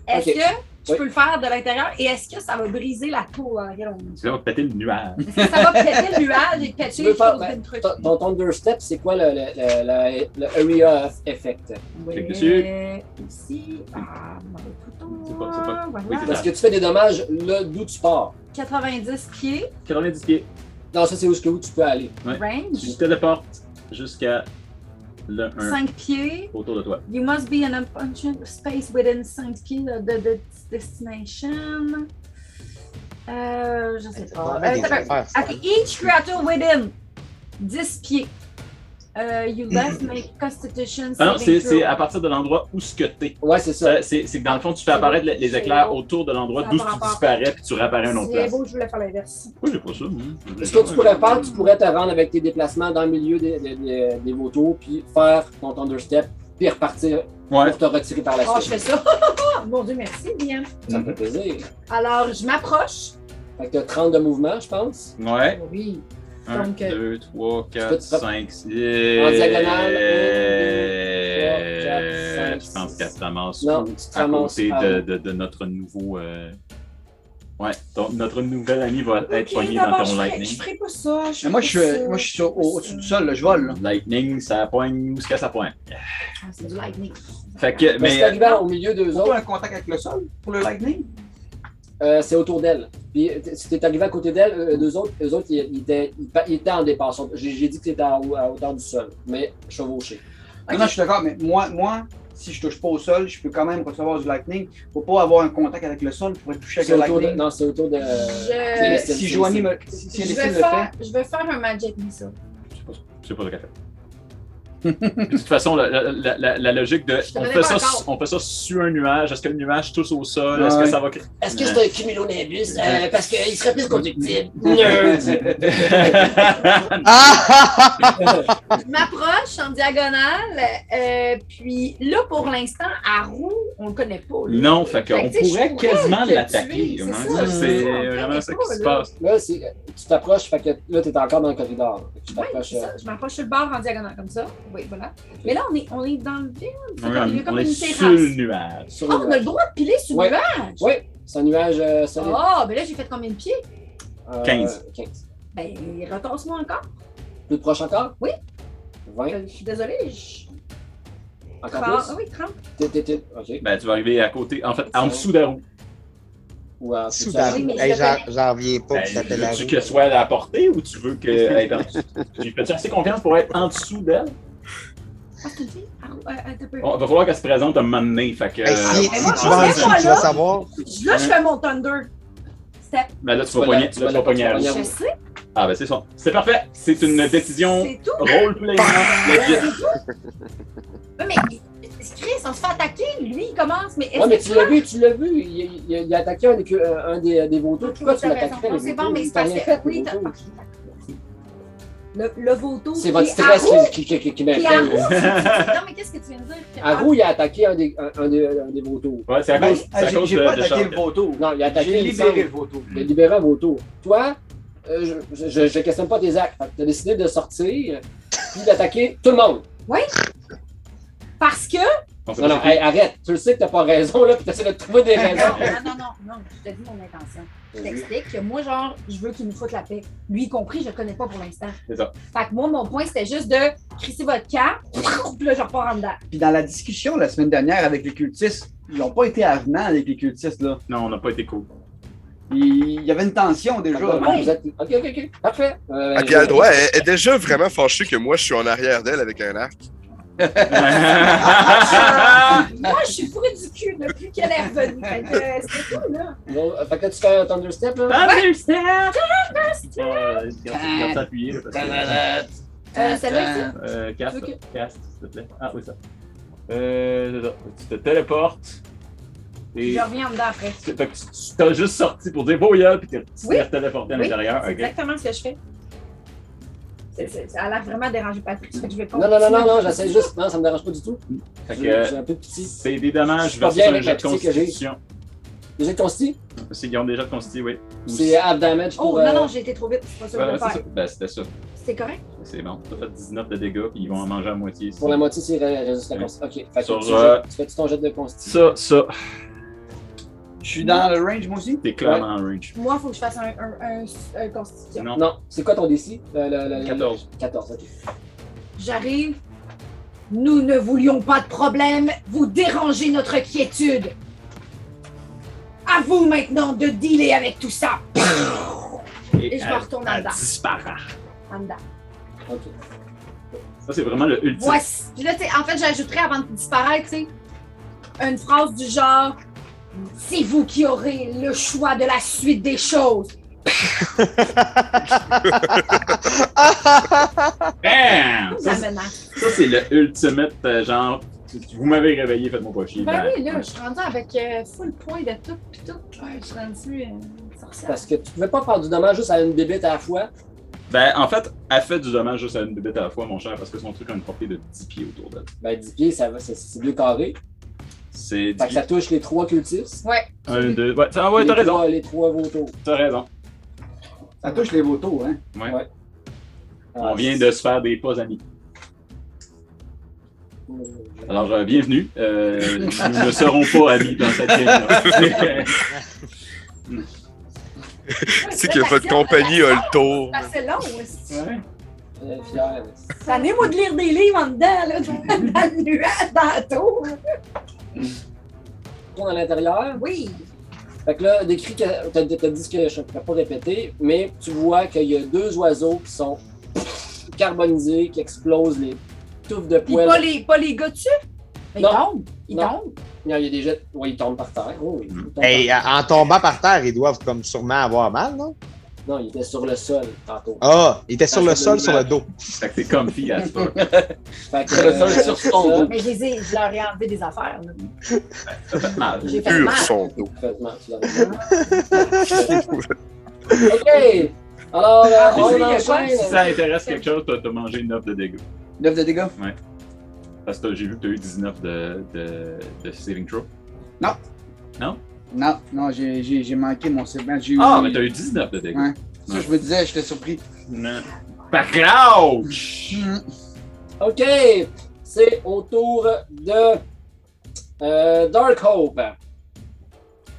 S8: Est-ce
S6: Ok.
S8: que je
S6: Oui.
S8: peux le faire de l'intérieur et est-ce que ça va briser la tour dans laquelle on est?
S3: Tu vas péter le nuage.
S8: Est-ce que ça va péter le nuage et
S6: Tu
S8: péter
S6: veux
S8: les
S6: faire-
S8: choses
S6: ben,
S8: d'une truc?
S6: Ton- Ton Thunder Step, c'est quoi le, le- le- le- le area of effect?
S3: Clique dessus.
S8: Ouais, Euh, Ici. Ah, mauvais bouton.
S3: C'est pas- c'est pas-
S8: Voilà.
S3: oui, c'est ça.
S6: Parce que tu fais des dommages là d'où tu pars.
S8: 90 pieds,
S3: 90 pieds.
S6: Non, ça, c'est où, où tu peux aller.
S3: Ouais. Tu
S8: range.
S3: te téléportes jusqu'à le 1
S8: 5 pieds.
S3: autour de toi.
S8: You must be in a bunch of space within 5 pieds de, de- de destination. Euh, je sais pas. Euh,
S9: Des
S8: t'as peur.
S9: affaires, ça.
S8: Okay, each creature within 10 pieds. Euh, you must make constitution
S3: Ah non, c'est
S8: saving
S3: c'est
S8: throw.
S3: à partir de l'endroit où ce que t'es.
S6: Ouais, c'est ça.
S3: Ça, C'est c'est que dans le fond, tu fais apparaître les- les éclairs autour de l'endroit d'où
S8: Ça
S3: tu
S8: va
S3: disparais, puis tu réapparais à une autre
S8: C'est
S3: place.
S8: beau, je voulais faire l'inverse.
S3: Pourquoi j'ai pas ça, moi?
S6: Ce que tu pourrais faire, tu pourrais te rendre avec tes déplacements dans le milieu des, des, des- des vautours, puis faire ton Thunder Step, puis repartir
S3: Ouais.
S6: pour te retirer par la
S8: Oh, je
S6: suite.
S8: fais ça. Mon Dieu, merci, bien.
S6: Ça me fait plaisir.
S8: Alors, je m'approche.
S6: Fait que t'as 30 de mouvement, je pense.
S3: Ouais.
S8: Oui.
S3: 1,
S8: Donc, euh,
S3: 2, 3,
S6: peux
S3: 4,
S6: te frappe-
S3: 5, 6.
S6: diagonale,
S3: En
S6: un, deux, trois, quatre,
S3: euh, Je
S6: cinq,
S3: pense
S6: six.
S3: qu'elle se ramasse
S6: Non,
S3: où?
S6: tu te
S3: à
S6: ramasses
S3: côté
S6: à-
S3: de, de- de notre nouveau. euh, Ouais, ton- notre nouvel ami va être
S8: Ok,
S3: poigné dans
S8: d'abord,
S3: ton
S8: je ferai-
S3: Lightning.
S8: Je ferai pas ça.
S10: Mais moi, je suis, moi, je suis sur- au- au-dessus du sol, là, je vole. Là.
S3: Lightning, ça poigne où est-ce que ça poigne?
S8: Ah, c'est du lightning.
S3: Fait que,
S6: Mais c'est
S3: mais. euh,
S6: arrivé au milieu d'eux
S10: Faut pas
S6: autres,
S10: un contact avec le sol pour le lightning?
S6: euh, c'est autour d'elle. Puis t- si t'es arrivé à côté d'elle, euh, d'eux autres, eux autres, ils, ils étaient, ils pa- ils étaient en dépassant. J'ai j'ai dit que t'étais à, hau- à hauteur du sol, mais chevauché.
S10: Non, non, je suis d'accord, mais moi, moi, si je touche pas au sol, je peux quand même recevoir du lightning. Faut pas avoir un contact avec le sol pour être touché avec
S6: C'est
S10: le
S6: autour de.
S10: lightning.
S6: Non, c'est autour de.
S8: Je-
S10: Mais
S6: c'est-
S10: si
S6: c'est-
S10: Joanie
S6: c'est-
S10: me. Si, si
S8: Je
S10: Alexis
S8: vais,
S10: le fait.
S8: faire, je vais faire un magic missile.
S3: Je sais pas ce qu'elle fait. de toute façon, la, la- la- la- la logique de.
S8: Je te
S3: On
S8: connais
S3: fait,
S8: pas
S3: ça,
S8: encore.
S3: on fait ça sur un nuage. Est-ce que le nuage touche au sol? Est-ce que
S10: Ouais.
S3: ça va. cr-
S2: Est-ce que c'est un cumulonimbus? Euh, parce qu'il serait plus conductible.
S10: euh,
S2: Nerd!
S9: Ah, ah, ah,
S8: Je m'approche en diagonale. euh, puis là, pour l'instant, à roue, on le connaît pas. lui.
S3: Non, fait
S8: Fait que,
S3: qu'on
S8: tu sais, je
S3: pourrait
S8: pourrais
S3: quasiment
S8: le tuer,
S3: l'attaquer.
S8: c'est
S3: hein.
S8: ça,
S3: C'est
S8: c'est ça, on
S3: vraiment
S8: connaît
S3: ça
S8: pas,
S3: qui se
S8: là.
S3: passe.
S6: Là, c'est- tu t'approches, fait que là, t'es encore dans le corridor. Fait que Tu
S8: Oui,
S6: t'approches.
S8: c'est
S6: euh,
S8: ça. Je m'approche sur le bord en diagonale, comme ça. Oui, voilà. Mais là, on est, on est dans le vide. Fait
S3: On,
S8: qu'on- il y a
S3: est- on
S8: comme
S3: est
S8: une
S3: sur le
S8: terrasse.
S3: nuage.
S6: sur
S8: Ah,
S6: le-
S8: on a le droit de piler sur le
S6: Ouais.
S8: nuage.
S6: Oui, c'est un nuage euh, solide.
S8: Ah, ben là, j'ai fait combien de pieds? Ah.
S6: Euh,
S3: 15.
S6: 15.
S8: Ben, retorse-moi encore.
S6: Plus proche encore?
S8: Oui.
S6: 20?
S8: Je suis désolée. Je...
S6: Encore
S8: Ah
S6: plus?
S8: oui, 30.
S6: T'es- t'es- t'es- OK.
S3: Ben, tu vas arriver à côté, en fait, en dessous de la roue.
S6: Ou
S8: Ah,
S6: euh, à-
S9: sous
S6: à-
S9: la
S8: Oui,
S9: roue.
S8: mais
S9: Hey,
S8: je
S9: j'en-
S8: connais.
S9: J'en reviens pas
S3: Ben,
S9: que ça s'appelle la
S3: veux-tu
S9: roue.
S3: qu'elle soit à la portée ou tu veux qu'elle aille en dessous? J'ai- Fais-tu assez confiance pour être en dessous d'elle?
S8: Ah, c'est une fille? Ah, euh, euh, t'as peu.
S3: On va falloir qu'elle se présente un moment donné. Fait que,
S9: Hey, si,
S3: euh,
S9: si
S8: moi,
S9: tu vas en
S8: moi,
S9: dessous,
S8: moi,
S9: tu
S8: là-
S9: vas savoir.
S8: Je- Là, je fais mon thunder. Step.
S3: ben là, tu vas
S6: vas
S3: pogner
S6: la- tu
S3: là,
S6: vas
S3: tu
S6: la-
S3: vas pogner la roue.
S6: tu vas la-
S8: Je sais.
S3: Ah, ben c'est ça. C'est parfait. C'est une décision
S8: C'est tout.
S3: roleplay. legit.
S8: Ouais, Mais Chris, on se fait attaquer. Lui, il commence. Mais est-ce
S6: Ouais, mais
S8: que
S6: tu l'as vu, tu l'as vu. Il, il- il a- il a attaqué un, des- euh, un des, des vautours. Pourquoi tu
S8: T'as raison.
S6: l'attaquerais?
S8: Non,
S6: les
S8: C'est
S6: vautours?
S8: bon, mais
S6: Ils
S8: c'est
S6: t'ont
S8: parce
S6: rien fait,
S8: que. Oui,
S6: les
S8: t'as-
S6: vautours.
S8: ok. Le, le vautour.
S6: C'est votre
S8: qui est
S6: stress
S8: à roue,
S6: qui, qui, qui, qui
S8: qui est à
S6: m'affecte.
S8: roue. Non, mais qu'est-ce que tu viens de dire? Ah,
S6: À roue, il a attaqué un des, un, un des, un des vautours.
S3: Ouais, c'est à
S10: Ben,
S3: cause, c'est à
S10: j'ai-
S3: cause
S10: J'ai
S3: de,
S10: pas
S3: de
S10: attaqué
S3: Charles.
S10: le vautour.
S6: Non, il a attaqué
S10: J'ai
S6: il me
S10: libéré
S6: semble.
S10: le vautour.
S3: Hmm.
S6: Il a libéré un vautour. Toi, euh, je, je, je questionne pas tes actes. Tu as décidé de sortir puis d'attaquer tout le monde.
S8: Parce que.
S3: On sait
S6: Non,
S3: pas
S6: non,
S3: c'est qui.
S6: hey, arrête. Tu le sais que t'as pas raison, là, puis t'essaies de trouver des raisons.
S8: Non, non, non, non, non, je te dis mon intention. Je t'explique que moi, genre, je veux qu'il nous foute la paix. Lui y compris, je le connais pas pour l'instant.
S3: C'est ça.
S8: Fait que moi, mon point, c'était juste de crisser votre camp, puis là, je repars en dedans.
S10: Puis dans la discussion la semaine dernière avec les cultistes, ils n'ont pas été avenants avec les cultistes. Là.
S3: Non, on n'a pas été cool.
S10: Il il y avait une tension déjà.
S6: D'accord,
S10: là.
S6: vous êtes- Ok, ok, ok. Parfait. Euh,
S7: Ah, puis elle, doit- elle- elle est déjà vraiment fâchée que moi, je suis en arrière d'elle avec un arc.
S8: Moi, je suis fourrée du cul depuis qu'elle est revenue. Fait que euh, c'est tout, là.
S6: Bon, euh, fait que là, tu fais un thunder step, là.
S10: Ah, Ben,
S3: Understand! Understand! Garde ça appuyé. là, parce
S10: ben,
S3: que-
S8: Euh, Celle-là, ici.
S3: Euh, cast,
S8: Tu veux
S3: cast, s'il te plaît. Ah oui, ça. Euh, c'est ça. tu te téléportes. Et Ah,
S8: Je reviens en dedans après.
S3: tu fait que tu- tu t'as juste sorti pour dire Boya, puis t'es tu t'es
S8: Oui.
S3: téléporté à
S8: Oui,
S3: l'intérieur.
S8: C'est
S3: ok.
S8: exactement ce que je fais. c'est- c'est- ça a l'air vraiment dérangé Patrick. fait que je vais pas-
S6: Non, non, non, non, non, j'essaie juste. Non, ça me dérange pas du tout.
S3: Fait
S6: Je-
S3: que, euh,
S6: J'ai un peu petit.
S3: c'est des
S6: Je
S3: dommages
S6: suis pas
S3: versus
S6: bien
S3: un
S6: avec la
S3: jet de
S6: petite que j'ai.
S3: constitution.
S6: Les jets de consti,
S3: C'est qu'ils ont déjà de constitution, oui. Ou
S6: c'est half damage pour.
S8: Oh,
S6: euh,
S8: non, non, j'ai été trop vite. C'est pas ça que je
S3: Voilà,
S8: vais
S3: c'est ça.
S8: faire.
S3: Ben, c'était ça.
S8: C'était correct?
S3: C'est bon. T'as fait 19 de dégâts, puis ils vont en manger à moitié.
S6: Pour la moitié, c'est ré- résiste la
S3: Ouais.
S6: consti. Ok, fait que
S3: Sur,
S6: tu,
S3: euh,
S6: jettes- tu fais ton jet de consti.
S3: Ça, ça.
S10: Je suis dans le range, moi aussi.
S3: T'es clairement en range.
S8: Moi, il faut que je fasse un, un, un, un constitution.
S3: Non.
S6: Non, c'est quoi ton DC Le- le- le- le-
S3: 14.
S6: 14, ok.
S8: J'arrive. Nous ne voulions pas de problème. Vous dérangez notre quiétude. À vous maintenant de dealer avec tout ça. Et je me retourne en
S3: elle
S8: dedans.
S3: disparaît.
S8: En dedans.
S6: Ok.
S3: Ça, c'est vraiment le ultime.
S8: Voici. Puis là, tu sais, en fait, j'ajouterais avant de disparaître, tu sais, une phrase du genre C'est vous qui aurez le choix de la suite des choses.
S3: Bam! Ça,
S8: Ça
S3: c'est-
S8: menace.
S3: ça, c'est le ultimate, euh, genre, vous m'avez réveillé, faites-moi pas chier.
S8: Ben
S3: Bam.
S8: oui, là, je suis rendue avec euh, full point de tout, pis tout. Ouais, je suis rendue euh, sorcière.
S6: Parce que tu pouvais pas faire du dommage juste à une bébête à la fois.
S3: Ben, en fait, elle fait du dommage juste à une bébête à la fois, mon cher, parce que son truc a une portée de 10 pieds autour d'elle.
S6: Ben, 10 pieds, ça va, c'est- c'est deux carrés.
S3: C'est 10
S6: Fait que ça
S3: pieds.
S6: touche les trois cultistes.
S8: Ouais.
S3: 1, 2, ouais, ah ouais,
S6: les
S3: t'as raison,
S6: trois- Les trois vautours.
S3: t'as raison.
S10: Ça touche les vautours, hein.
S3: Ouais.
S6: Ouais. Ah,
S3: On vient de se faire des pas amis. Alors, euh, bienvenue. Euh, nous ne serons pas amis dans cette game
S7: sais que votre compagnie a le tour.
S8: Ah, C'est long, aussi.
S6: Euh, fier.
S8: Ça n'est moi de lire des livres en dedans, là, dans, dans le nuage, dans la tour.
S6: On est à l'intérieur.
S8: Oui.
S6: Fait que là, décrit que t'as t'as dit ce que je ne pourrais pas répéter, mais tu vois qu'il y a deux oiseaux qui sont carbonisés, qui explosent les touffes de
S8: Pis pas
S6: poils.
S8: les, pas les gars dessus. Mais ils
S6: Non.
S8: tombent. Ils
S6: Non.
S8: tombent.
S6: Non, il y a des jets. Oui, ils tombent par terre. Oh, ils tombent par
S9: Hey, en tombant par terre, ils doivent comme sûrement avoir mal, non?
S6: terre. Non, ils étaient sur le sol tantôt.
S9: Ah, ils étaient sur
S6: Ah,
S9: le
S6: c'est
S9: sol,
S6: dommage.
S9: sur le dos.
S3: Fait que t'es comfy à ça.
S6: Fait que,
S10: Sur le sol, sur son
S6: ça,
S10: dos.
S8: Mais je, les ai, je leur ai enlevé des affaires. là.
S3: Ça fait mal.
S8: J'ai fait
S7: Pur
S8: mal.
S7: son dos.
S6: Complètement, tu l'as dit. OK! Alors, euh,
S3: Ah,
S6: on
S8: oui,
S6: enchaîne.
S8: ouais,
S3: Si ça intéresse quelque chose, t'as t'as mangé 9 de dégâts.
S10: 9 de dégâts.
S3: Parce que j'ai vu que t'as eu 19 de, de, de saving throw.
S10: Non, non, j'ai- j'ai j'ai manqué mon segment. J'ai eu-
S3: Ah, mais t'as eu 19 de dégâts.
S10: Ouais. Ça, je me disais, j'étais surpris. Hmm.
S3: Non. Pas crouch!
S6: OK! C'est au tour de euh, Dark Hope.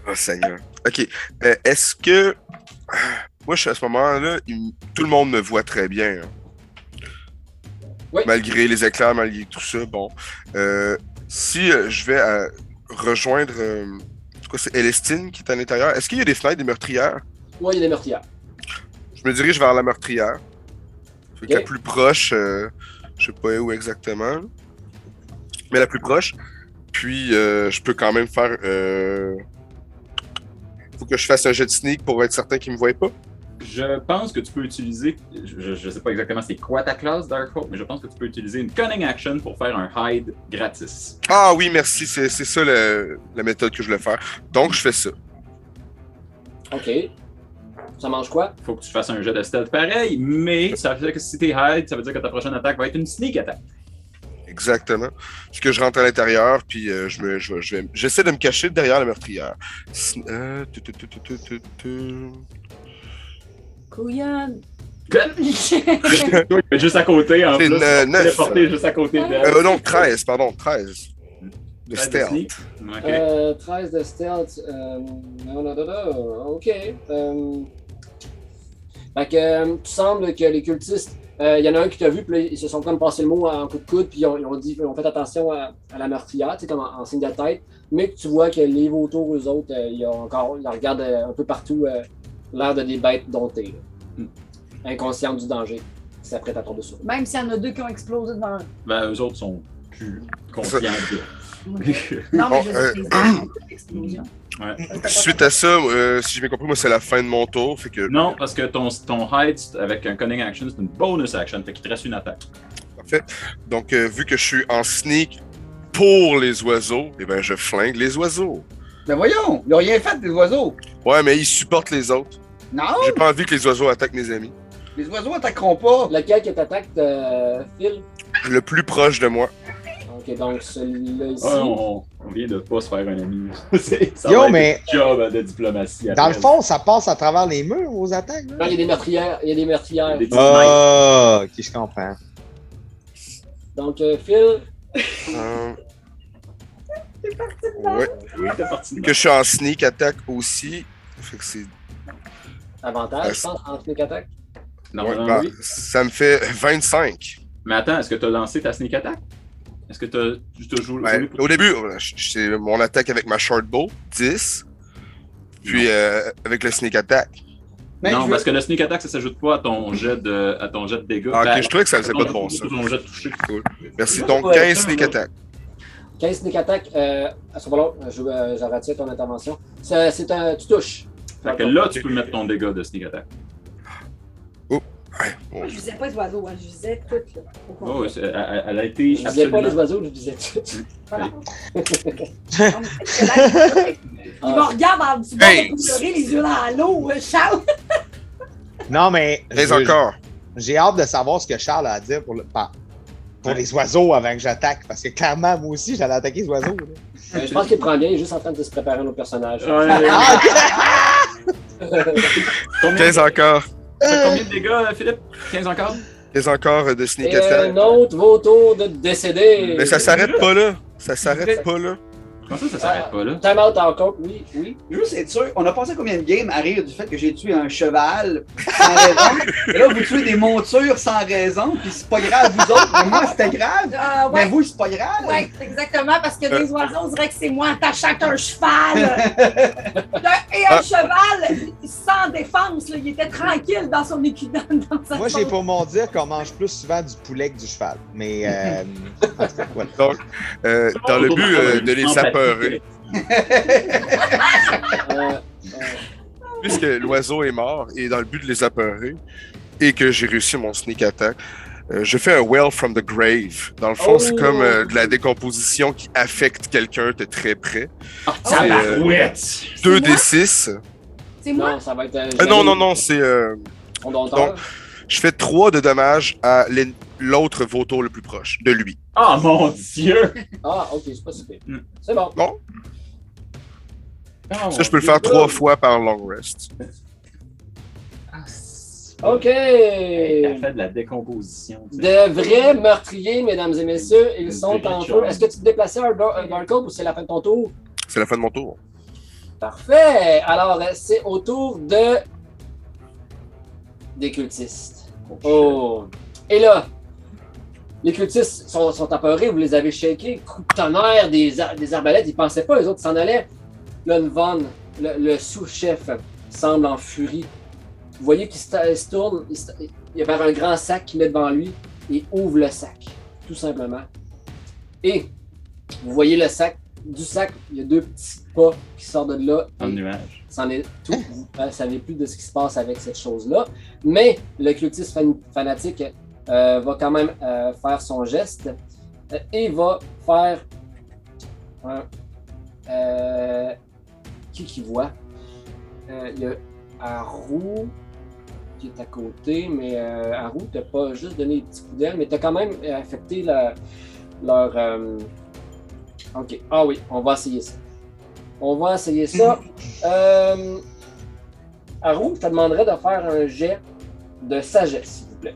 S7: Oh, Seigneur. OK. Euh, Est-ce que. ah, Moi, je suis à ce moment-là, il m- tout le monde me voit très bien. hein.
S6: Oui.
S7: Malgré les éclairs, malgré tout ça, bon. Euh, si euh, je vais à rejoindre. euh, c'est quoi, c'est Elestine qui est à l'intérieur. Est-ce qu'il y a des fenêtres, des meurtrières?
S6: Moi, il y a des meurtrières.
S7: Je me dirige vers la meurtrière. Fait que
S6: Ok.
S7: la plus proche, euh, je sais pas où exactement. Mais la plus proche. Puis euh, je peux quand même faire. Euh... Faut que je fasse un jet de sneak pour être certain qu'ils me voient pas.
S3: Je pense que tu peux utiliser, je, je sais pas exactement c'est quoi ta classe Dark Hope, mais je pense que tu peux utiliser une cunning action pour faire un hide gratis.
S7: Ah oui, merci. C'est c'est ça le- la méthode que je voulais faire. Donc je fais ça.
S6: OK. Ça mange quoi?
S3: Faut que tu fasses un jet de stealth pareil, mais ça veut dire que si t'es hide, ça veut dire que ta prochaine attaque va être une sneak attack.
S7: Exactement. Parce que je rentre à l'intérieur, puis euh, je me, je, vais- je vais- j'essaie de me cacher derrière la meurtrière. Sn- euh, tu- tu- tu- tu- tu- tu- tu.
S1: Couillonne.
S3: Toi, il est juste à côté en
S7: C'est
S3: plus.
S7: une, euh, neuf.
S3: Téléporté juste à côté d'elle.
S7: Euh, non, 13, pardon, 13.
S3: Pas de
S7: De stealth.
S3: sneak. Ok.
S6: Euh, 13 de stealth. Euh, non, non, non, non, OK. Euh, fait que euh, tu sembles que les cultistes, euh, il y en a un qui t'a vu, puis là, ils se sont comme passé le mot en coup de coude, puis ils ont, ils ont dit, ils ont fait attention à, à la meurtrière, tu sais, comme en, en signe de tête. Mais que tu vois que les vautours, eux autres, euh, ils, ont encore, ils regardent euh, un peu partout euh, l'air de des bêtes domptées. là. Inconscientes du danger qui s'apprêtent à tomber sur eux.
S8: Même s'il y en a deux qui ont explosé devant eux.
S3: Ben, eux autres sont plus conscients de
S8: Non, mais
S7: Bon,
S8: je
S7: euh,
S8: sais, c'est explosion.
S3: Ouais.
S7: Suite à ça, euh, si j'ai bien compris, moi c'est la fin de mon tour, fait que
S3: Non, parce que ton, ton hide c'est- avec un cunning action, c'est une bonus action, fait qu'il te reste une attaque.
S7: parfait. Donc euh, vu que je suis en sneak pour les oiseaux, eh ben je flingue les oiseaux.
S10: Ben voyons, ils ont rien fait des oiseaux.
S7: Ouais, mais ils supportent les autres.
S10: Non!
S7: J'ai pas envie que les oiseaux attaquent mes amis.
S10: Les oiseaux attaqueront pas.
S6: Lequel que t'attaques, euh, Phil?
S7: Le plus proche de moi.
S6: Ok, donc celui-là ici.
S3: Ah, on, on vient de pas se faire un ami. C'est- ça
S9: Yo,
S3: va être
S9: mais-
S3: un job de diplomatie.
S9: Dans le
S3: après.
S9: fond, ça passe à travers les murs aux attaques. là.
S6: Non, il y a des meurtrières. Il y a des meurtrières.
S3: Des petits snipes.
S9: Ah, ok, je comprends.
S6: Donc, euh, Phil,
S7: Euh, ouais.
S3: Oui, t'es parti de
S7: Que je suis en sneak attack aussi. Fait que c'est.
S6: avantage, je pense, en sneak attack.
S3: Non,
S7: ouais,
S3: non,
S7: bah,
S3: oui.
S7: Ça me fait 25.
S3: Mais attends, est-ce que t'as lancé ta sneak attack? Est-ce que t'as- tu te joues
S7: Ouais, Au début, euh, je- je- c'est mon attaque avec ma short bow, 10. Puis euh, avec le sneak attack.
S10: Mais
S3: non,
S10: Ben, je veux-
S3: parce que le sneak attack, ça s'ajoute pas à ton jet de, à ton jet de dégâts.
S7: Ah,
S3: Ben,
S7: ok, je trouvais que ça faisait
S3: ton
S7: pas de
S3: jet
S7: bon
S3: dégâts,
S7: sens.
S3: ton jet de toucher.
S7: Cool. Merci. Donc
S3: Ouais,
S7: 15
S3: ça,
S7: sneak
S3: ouais.
S7: attack.
S6: 15 sneak attack, euh, à ce moment-là, je- euh, j'en retire ton intervention. Ça, C'est un. Tu touches.
S3: Fait que là, tu peux mettre ton dégât de sneak attack.
S7: Ouais, bon.
S8: Moi, je disais pas les oiseaux, hein, je disais tout. Là, au complet.
S3: Oh, c'est- elle, elle a été
S6: Je disais pas
S3: absolument...
S6: les oiseaux, je disais tout.
S8: Voilà.
S3: oui.
S8: Non, mais c'est que là, Il
S6: Ah,
S8: me regarde en du bord
S7: Hey!
S8: de pleurer les yeux dans l'eau, euh, Charles.
S9: Non, mais.
S7: Mais
S9: je-
S7: encore.
S9: J'ai hâte de savoir ce que Charles a à dire pour, le- par- pour les oiseaux avant que j'attaque. Parce que clairement, moi aussi, j'allais attaquer les oiseaux. là.
S6: Euh, je pense qu'il prend bien, il est juste en train de se préparer nos personnages.
S3: Ouais.
S6: Ah,
S3: combien,
S7: 15 encore.
S3: fait combien de dégâts, euh, Philippe? 15 encore?
S7: 15 encore euh, de sneak
S3: Euh,
S6: Et un
S7: attack.
S6: autre vautour de décédé.
S7: Mais ça s'arrête pas là. Ça s'arrête pas là.
S3: Comment ça, ça s'arrête pas là?
S6: Time out encore, oui, oui.
S10: Juste être sûr, on a passé combien de games à rire du fait que j'ai tué un cheval sans raison. et là, vous tuez des montures sans raison, puis c'est pas grave, vous autres. Mais moi, c'était grave.
S8: Euh,
S10: Mais
S8: ouais,
S10: vous, c'est pas grave.
S8: ouais, exactement, parce que des oiseaux, on dirait que c'est moi en tachant un cheval. Le- et un
S7: Ah.
S8: cheval sans défense, là, il était tranquille dans son équidant. Dans sa
S9: Moi, j'ai
S8: zone.
S9: pour mon dire qu'on mange plus souvent du poulet que du cheval. Mais. euh, en tout cas, voilà.
S7: Euh, dans le but euh, de les apeurer.
S6: Euh,
S7: Puisque l'oiseau est mort et dans le but de les apeurer et que j'ai réussi mon sneak attack, euh, je fais un well from the grave. Dans le fond, c'est
S6: Oh!
S7: comme euh, de la décomposition qui affecte quelqu'un de très près.
S3: Ah,
S6: euh,
S3: ça
S8: moi?
S7: 2d6.
S8: C'est moi?
S6: non, ça va être. euh,
S7: Euh, non,
S6: Jérémy,
S7: non, non, c'est. euh,
S6: On doit entendre.
S7: je fais 3 de dommages à l'en- l'autre vautour le plus proche de lui.
S3: Ah, mon Dieu!
S6: Ah, ok, c'est pas super.
S3: Hmm.
S6: C'est bon.
S7: Bon,
S3: Oh,
S7: ça, je peux le faire 3 fois par long rest.
S6: Ok.
S3: Elle fait de la décomposition. tu sais.
S6: Oh, De vrais meurtriers, mesdames et messieurs, ils sont
S3: Des
S6: en
S3: gens.
S6: feu. Est-ce que tu te déplaçais un bar- un barcode ou c'est la fin de ton tour?
S7: C'est la fin de mon tour.
S6: Parfait! Alors, euh, c'est au tour de. des cultistes. Oh! Et là, les cultistes sont, sont apeurés, vous les avez shakés, coup de tonnerre, des, ar- des arbalètes, ils pensaient pas, les autres s'en allaient. Là, une vanne, le, le sous-chef, semble en furie. Vous voyez qu'il se, ta- il se tourne, il, se- il y a vers un grand sac qu'il met devant lui et ouvre le sac, tout simplement. Et vous voyez le sac, du sac, il y a deux petits pas qui sortent de là.
S3: Dans le
S6: et
S3: nuage.
S6: c'en est tout. Vous ne savez plus de ce qui se passe avec cette chose-là. Mais le cultiste fan- fanatique euh, va quand même euh, faire son geste euh, et va faire un, euh, qui qui voit Euh, Il y a Haru qui est à côté, mais euh, Haru, t'as pas juste donné des petits coups d'aile, mais t'as quand même euh, affecté la- leur. euh, Ok. Ah oui, on va essayer ça. On va essayer ça. Euh, Haru, je te demanderais de faire un jet de sagesse, s'il vous plaît.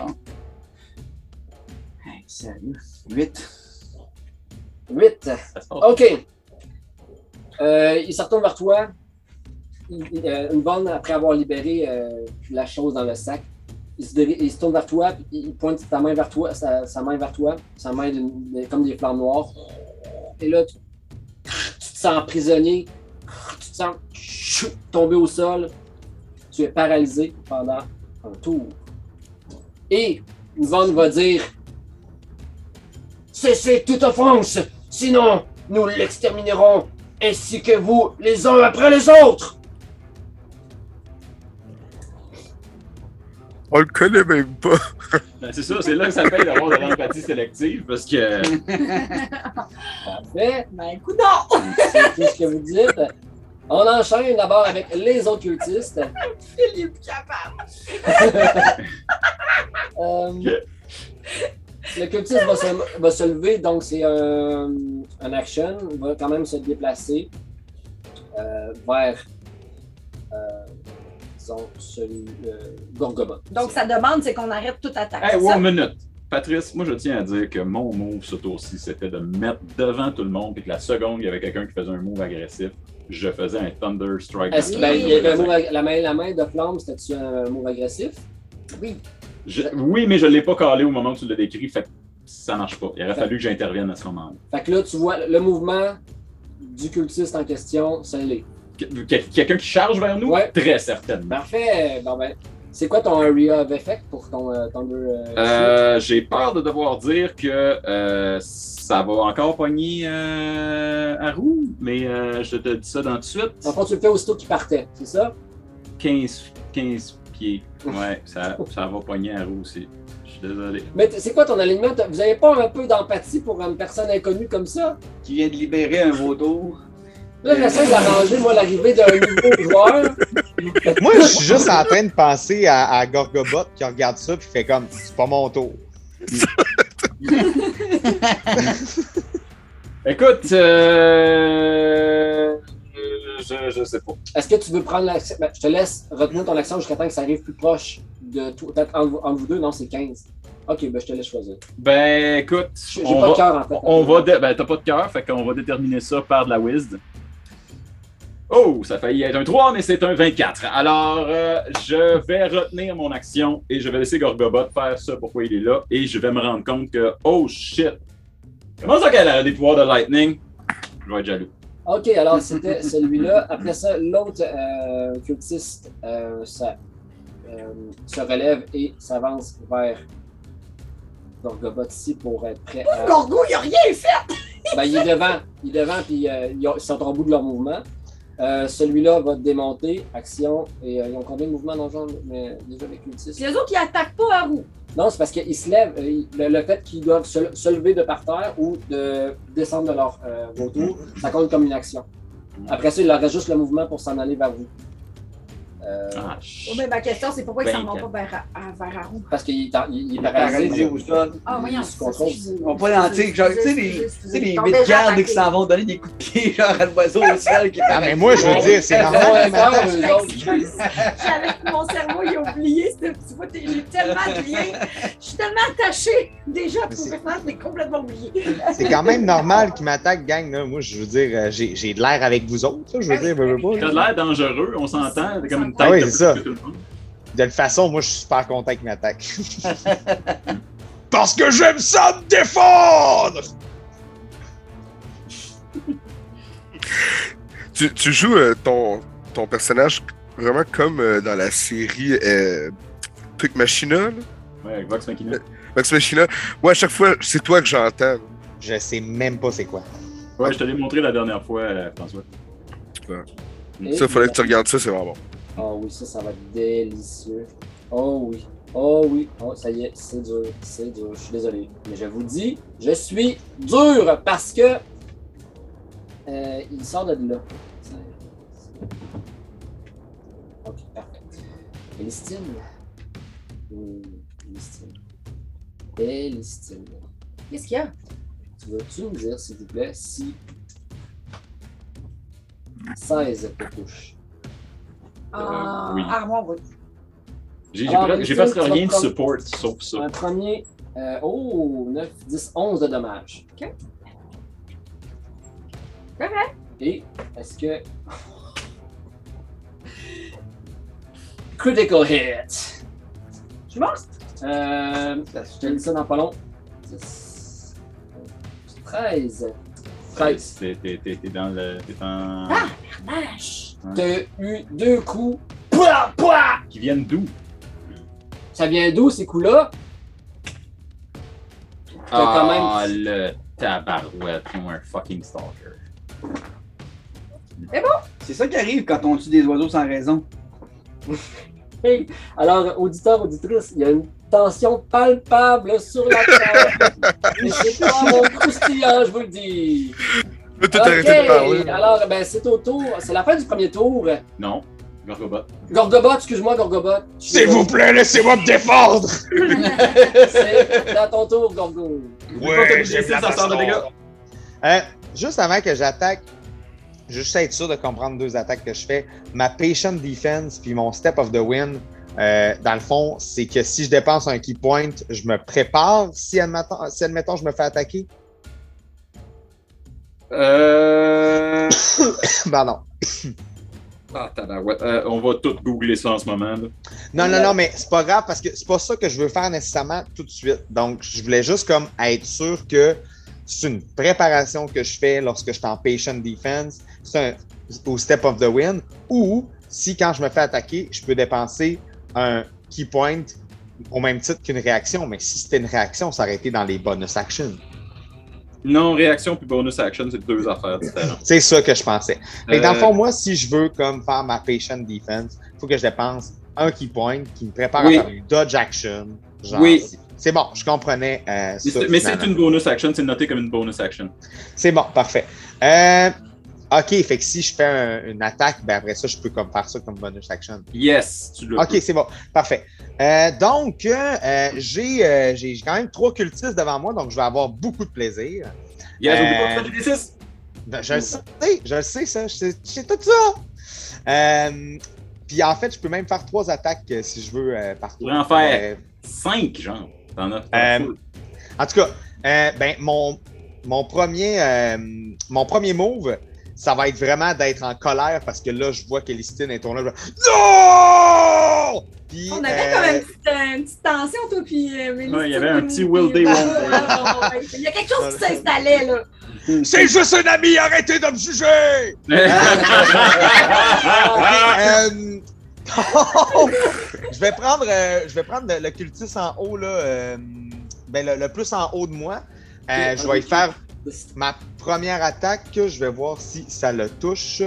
S3: Ah.
S10: Hey, sérieux? 8.
S6: 8.
S3: Ça se passe.
S6: OK. Euh, il se retourne vers toi. Il- il- euh, Une bonne, après avoir libéré euh, la chose dans le sac, il se, diri- il se tourne vers toi, puis il il pointe ta main vers toi, sa, sa main vers toi, sa main d'une- de- comme des flammes noires. Et là, tu, tu te sens prisonnier, tu te sens chou, tombé au sol. Tu es paralysé pendant un tour. Et une bonne va dire Cessez toute offense, sinon nous l'exterminerons, ainsi que vous, les uns après les autres.
S7: On le connaît même pas.
S3: Ben, c'est ça, c'est là que ça paye d'avoir de l'empathie sélective parce que.
S6: Parfait,
S8: Ben, coup d'or!
S6: c'est tout ce que vous dites. On enchaîne d'abord avec les occultistes.
S8: Philippe capable.
S6: Euh, Le cultiste va se, va se lever, donc c'est un, un action. Il va quand même se déplacer euh, vers, euh, disons, celui, euh, Gorgobot.
S8: Donc, sa demande, c'est qu'on arrête toute attaque.
S3: Hey,
S8: c'est
S3: wow,
S8: ça?
S3: minute. Patrice, moi je tiens à dire que mon move ce tour-ci, c'était de me mettre devant tout le monde, et que la seconde, il y avait quelqu'un qui faisait un move agressif, je faisais un Thunder Strike.
S6: Est-ce
S3: dans
S6: qu'il
S3: la
S6: ben, il y avait un
S3: tête.
S6: move ag- la, main, la main de flamme, c'était-tu un move agressif?
S8: Oui.
S3: Je- Oui, mais je ne l'ai pas calé au moment où tu l'as décrit, fait que ça marche pas. Il aurait fallu que j'intervienne à ce moment-là.
S6: Fait que là, tu vois le mouvement du cultiste en question, ça l'est.
S3: Que- que- Quelqu'un qui charge vers nous?
S6: Ouais.
S3: Très certainement.
S6: Parfait! Bon, ben, c'est quoi ton area of effect pour ton euh, Thunder? euh,
S3: Euh, J'ai peur de devoir dire que euh, ça va encore pogner euh, à roue, mais euh, je te dis ça dans tout de suite.
S6: Dans le fond, tu le fais aussitôt qu'il partait, c'est ça?
S3: 15, 15 pieds. Ouais, ça, ça va pogner à roue aussi. Je suis désolé.
S6: Mais t- c'est quoi ton alignement? T'as- Vous avez pas un peu d'empathie pour une personne inconnue comme ça?
S10: qui vient de libérer un vautour.
S6: Là, j'essaie d'arranger, moi, l'arrivée d'un nouveau joueur.
S9: Moi, je suis juste en train de penser à, à Gorgobot qui regarde ça puis qui fait comme c'est pas mon tour.
S3: Écoute, euh, je, je sais pas.
S6: Est-ce que tu veux prendre l'action? Ben, je te laisse retenir ton action jusqu'à temps que ça arrive plus proche de tout. Peut-être entre, vous- entre vous deux, non, c'est 15. Ok, ben, je te laisse choisir.
S3: Ben écoute,
S6: J'ai j'ai
S3: on
S6: pas de
S3: va,
S6: cœur, en fait.
S3: on va dé- ben t'as pas de cœur, fait qu'on va déterminer ça par de la whiz. Oh, ça a failli être un 3, mais c'est un 24. Alors, euh, je vais retenir mon action et je vais laisser Gorgobot faire ça pourquoi il est là. Et je vais me rendre compte que, oh shit, comment ça qu'elle a des pouvoirs de lightning? Je vais être jaloux.
S6: Ok, alors c'était celui-là. Après ça, l'autre euh, cultiste euh, ça, euh, se relève et s'avance vers Gorgobot ici pour être prêt à.
S8: Gorgo, il a rien fait.
S6: Ben, il est devant. Il est devant, puis euh, ils ont- ils sont au bout de leur mouvement. Euh, Celui-là va démonter, action, et euh, ils ont combien de mouvements dans le genre, mais déjà avec
S8: Puis
S6: 6?
S8: Les autres, ils attaquent pas à roue.
S6: Non, c'est parce qu'ils se lèvent. euh, ils- le, le fait qu'ils doivent se, se lever de par terre ou de descendre de leur euh, vautour, ça compte comme une action. Après ça, il leur reste juste le mouvement pour s'en aller vers vous. Euh,
S3: Ah,
S8: Oh,
S3: shit.
S8: ben, ma question, c'est pourquoi ils s'en vont
S3: Ben,
S8: pas vers, à, vers à roue?
S6: Parce qu'il est, en- il- il est
S10: Il est paralysé
S6: paralysé.
S10: au sol.
S8: Ah, voyons.
S6: Ils se contrôlent.
S10: Ils ont pas l'antique. Genre, tu sais, les, tu sais, les huit gardes qui s'en vont donner des coups de pied, genre, à l'oiseau au sol. Qui est
S9: Ah, mais moi, je veux dire, c'est
S6: Ils ont un
S9: normal.
S6: effort, eux autres.
S8: Avec mon cerveau, il a oublié. ce- Tu vois, t'es- j'ai tellement de liens. Je suis tellement attachée déjà à
S9: Mais c'est-
S8: Trouverman, je l'ai complètement oublié.
S9: C'est quand même normal qu'il m'attaque, gang. Là. Moi, je veux dire, euh, j'ai j'ai de l'air avec vous autres. là, je veux dire, veux, veux pas, là.
S3: T'as de l'air dangereux, on s'entend. T'as comme une tête
S9: Ah oui,
S3: de
S9: c'est ça.
S3: plus que tout le monde.
S9: De toute façon, moi, je suis super content qu'il m'attaque. Parce que j'aime ça me défendre!
S7: Tu, tu joues euh, ton, ton personnage vraiment comme euh, dans la série euh, Truc Machina. Là.
S3: Ouais, avec Vox Machina.
S7: Max Machina. Ouais, à chaque fois, c'est toi que j'entends. là.
S9: Je sais même pas c'est quoi.
S3: Ouais, je te l'ai montré la dernière fois, euh, François.
S7: Ça, faudrait que tu regardes ça, c'est vraiment bon.
S6: Oh oui, ça, ça va être délicieux. Oh oui. Oh oui. Oh, ça y est, c'est dur. C'est dur. Je suis désolé. Mais je vous dis, je suis dur parce que. euh, il sort de là. Ok, parfait. Elistine. Hmm, Elistine. Elistine.
S8: Qu'est-ce qu'il y a?
S3: Euh,
S6: Tu veux-tu me dire, s'il vous plaît, si. 16 te touche.
S8: Ah,
S3: oui.
S8: Armoire route.
S3: J'ai j'ai
S6: Alors,
S3: presque j'ai
S6: Étienne,
S3: presque
S6: tu vas
S3: rien de
S6: prendre-
S3: support, sauf ça.
S6: Un premier. euh, oh, 9, 10, 11 de dommages.
S8: Ok. Correct.
S6: Et est-ce que. Critical hit.
S8: Je suis monstre.
S6: Euh, je te dis ça dans pas long. 10, 13. 13.
S3: T'es t'es- t'es- t'es dans le. T'es dans.
S8: Ah! Vache.
S6: T'as eu deux coups. Pouah, pouah!
S3: Qui viennent d'où?
S6: Ça vient d'où ces coups-là? T'as quand même-
S3: Ah, le tabarouette, ou un fucking stalker.
S10: C'est ça qui arrive quand on tue des oiseaux sans raison.
S6: Hey! Alors, auditeur, auditrice, il y a une tension palpable sur la table. Mais c'est pas mon croustillant, je vous le dis.
S7: Je vais tout arrêté de parler.
S6: Alors, ben, c'est au tour. C'est la fin du premier tour.
S3: Non, Gorgobot.
S6: Gorgobot, excuse-moi, Gorgobot.
S9: S'il vous plaît, laissez-moi me défendre!
S6: C'est dans ton tour, Gorgo.
S9: Ouais,
S3: j'ai
S9: j'ai
S3: ça,
S9: la
S3: ça sort de
S9: baston.
S3: dégâts.
S9: Euh, juste avant que j'attaque, juste à être sûr de comprendre deux attaques que je fais, ma patient defense puis mon step of the win, euh, dans le fond, c'est que si je dépense un key point, je me prépare si admettons, si, admettons, je me fais attaquer.
S3: Euh.
S9: Pardon.
S3: Ah, tabarouette. Euh, on va tout googler ça en ce moment. Là.
S9: Non, non,
S6: Ouais.
S9: non, mais c'est pas grave parce que c'est pas ça que je veux faire nécessairement tout de suite. Donc, je voulais juste comme être sûr que c'est une préparation que je fais lorsque je suis en patient defense, c'est un, au step of the win, ou si quand je me fais attaquer, je peux dépenser un key point au même titre qu'une réaction. Mais si c'était une réaction, ça aurait été dans les bonus actions.
S3: Non, réaction puis bonus action, c'est deux affaires différentes.
S9: C'est ça que je pensais. Mais dans le
S3: Euh,
S9: fond, moi, si je veux comme faire ma patient defense, il faut que je dépense un key point qui me prépare
S3: Oui.
S9: à faire une dodge action. Genre,
S3: Oui.
S9: c'est- C'est bon, je comprenais euh,
S3: mais
S9: ça,
S3: c'est- mais c'est
S9: finalement.
S3: une bonus action, c'est noté comme une bonus action.
S9: C'est bon, parfait. Euh, OK, fait que si je fais un- une attaque, ben après ça, je peux comme faire ça comme bonus action.
S3: Yes, tu le
S9: OK, c'est bon. Parfait. Euh, donc, euh, euh, j'ai euh, j'ai quand même trois cultistes devant moi, donc je vais avoir beaucoup de plaisir.
S3: peux. Yes, oublie
S9: Euh,
S3: pas de faire des 6
S9: Ben, Je le sais, je le sais, ça. Je sais, je sais tout ça. Euh, Puis en fait, je peux même faire trois attaques euh, si je veux euh, par
S3: pourrais en faire. 5, genre. T'en as. t'en as
S9: Euh,
S3: full.
S9: Euh, en tout cas, euh, ben, mon, mon, premier, euh, mon premier move, ça va être vraiment d'être en colère parce que là, je vois que Listine est tournée. je vais- Non! Puis,
S11: On avait
S9: euh,
S11: quand même une petite, euh, une petite tension, toi, puis euh, Mélissa,
S3: Ouais, il y avait un
S11: puis-
S3: petit will
S8: euh,
S3: they,
S11: Ah,
S3: won't they.
S11: ah, ah, ouais. Il y a quelque chose qui s'installait, là.
S9: C'est juste un ami, arrêtez de me juger! Euh, donc, je vais prendre, euh, je vais prendre le, le cultiste en haut, là, euh, ben, le, le plus en haut de moi. Euh,
S6: Ok,
S9: je vais y
S6: ok.
S9: faire ma première attaque. Je vais voir si ça le touche.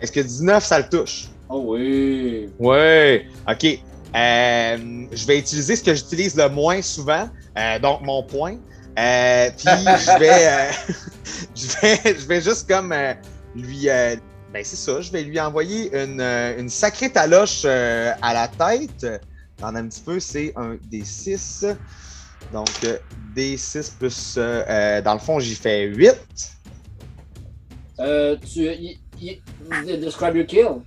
S9: Est-ce que 19, ça le touche?
S6: Oh oui.
S9: Ouais. OK. Euh, je vais utiliser ce que j'utilise le moins souvent, euh, donc mon point. Euh, puis je vais, euh, je vais, je vais juste comme euh, lui, euh, ben c'est ça, je vais lui envoyer une, euh, une sacrée taloche euh, à la tête. T'en as un petit peu, c'est un D6. Donc euh, D6 plus, euh, euh, dans le fond, j'y fais 8.
S6: Euh, tu. y- y- Describe your kill.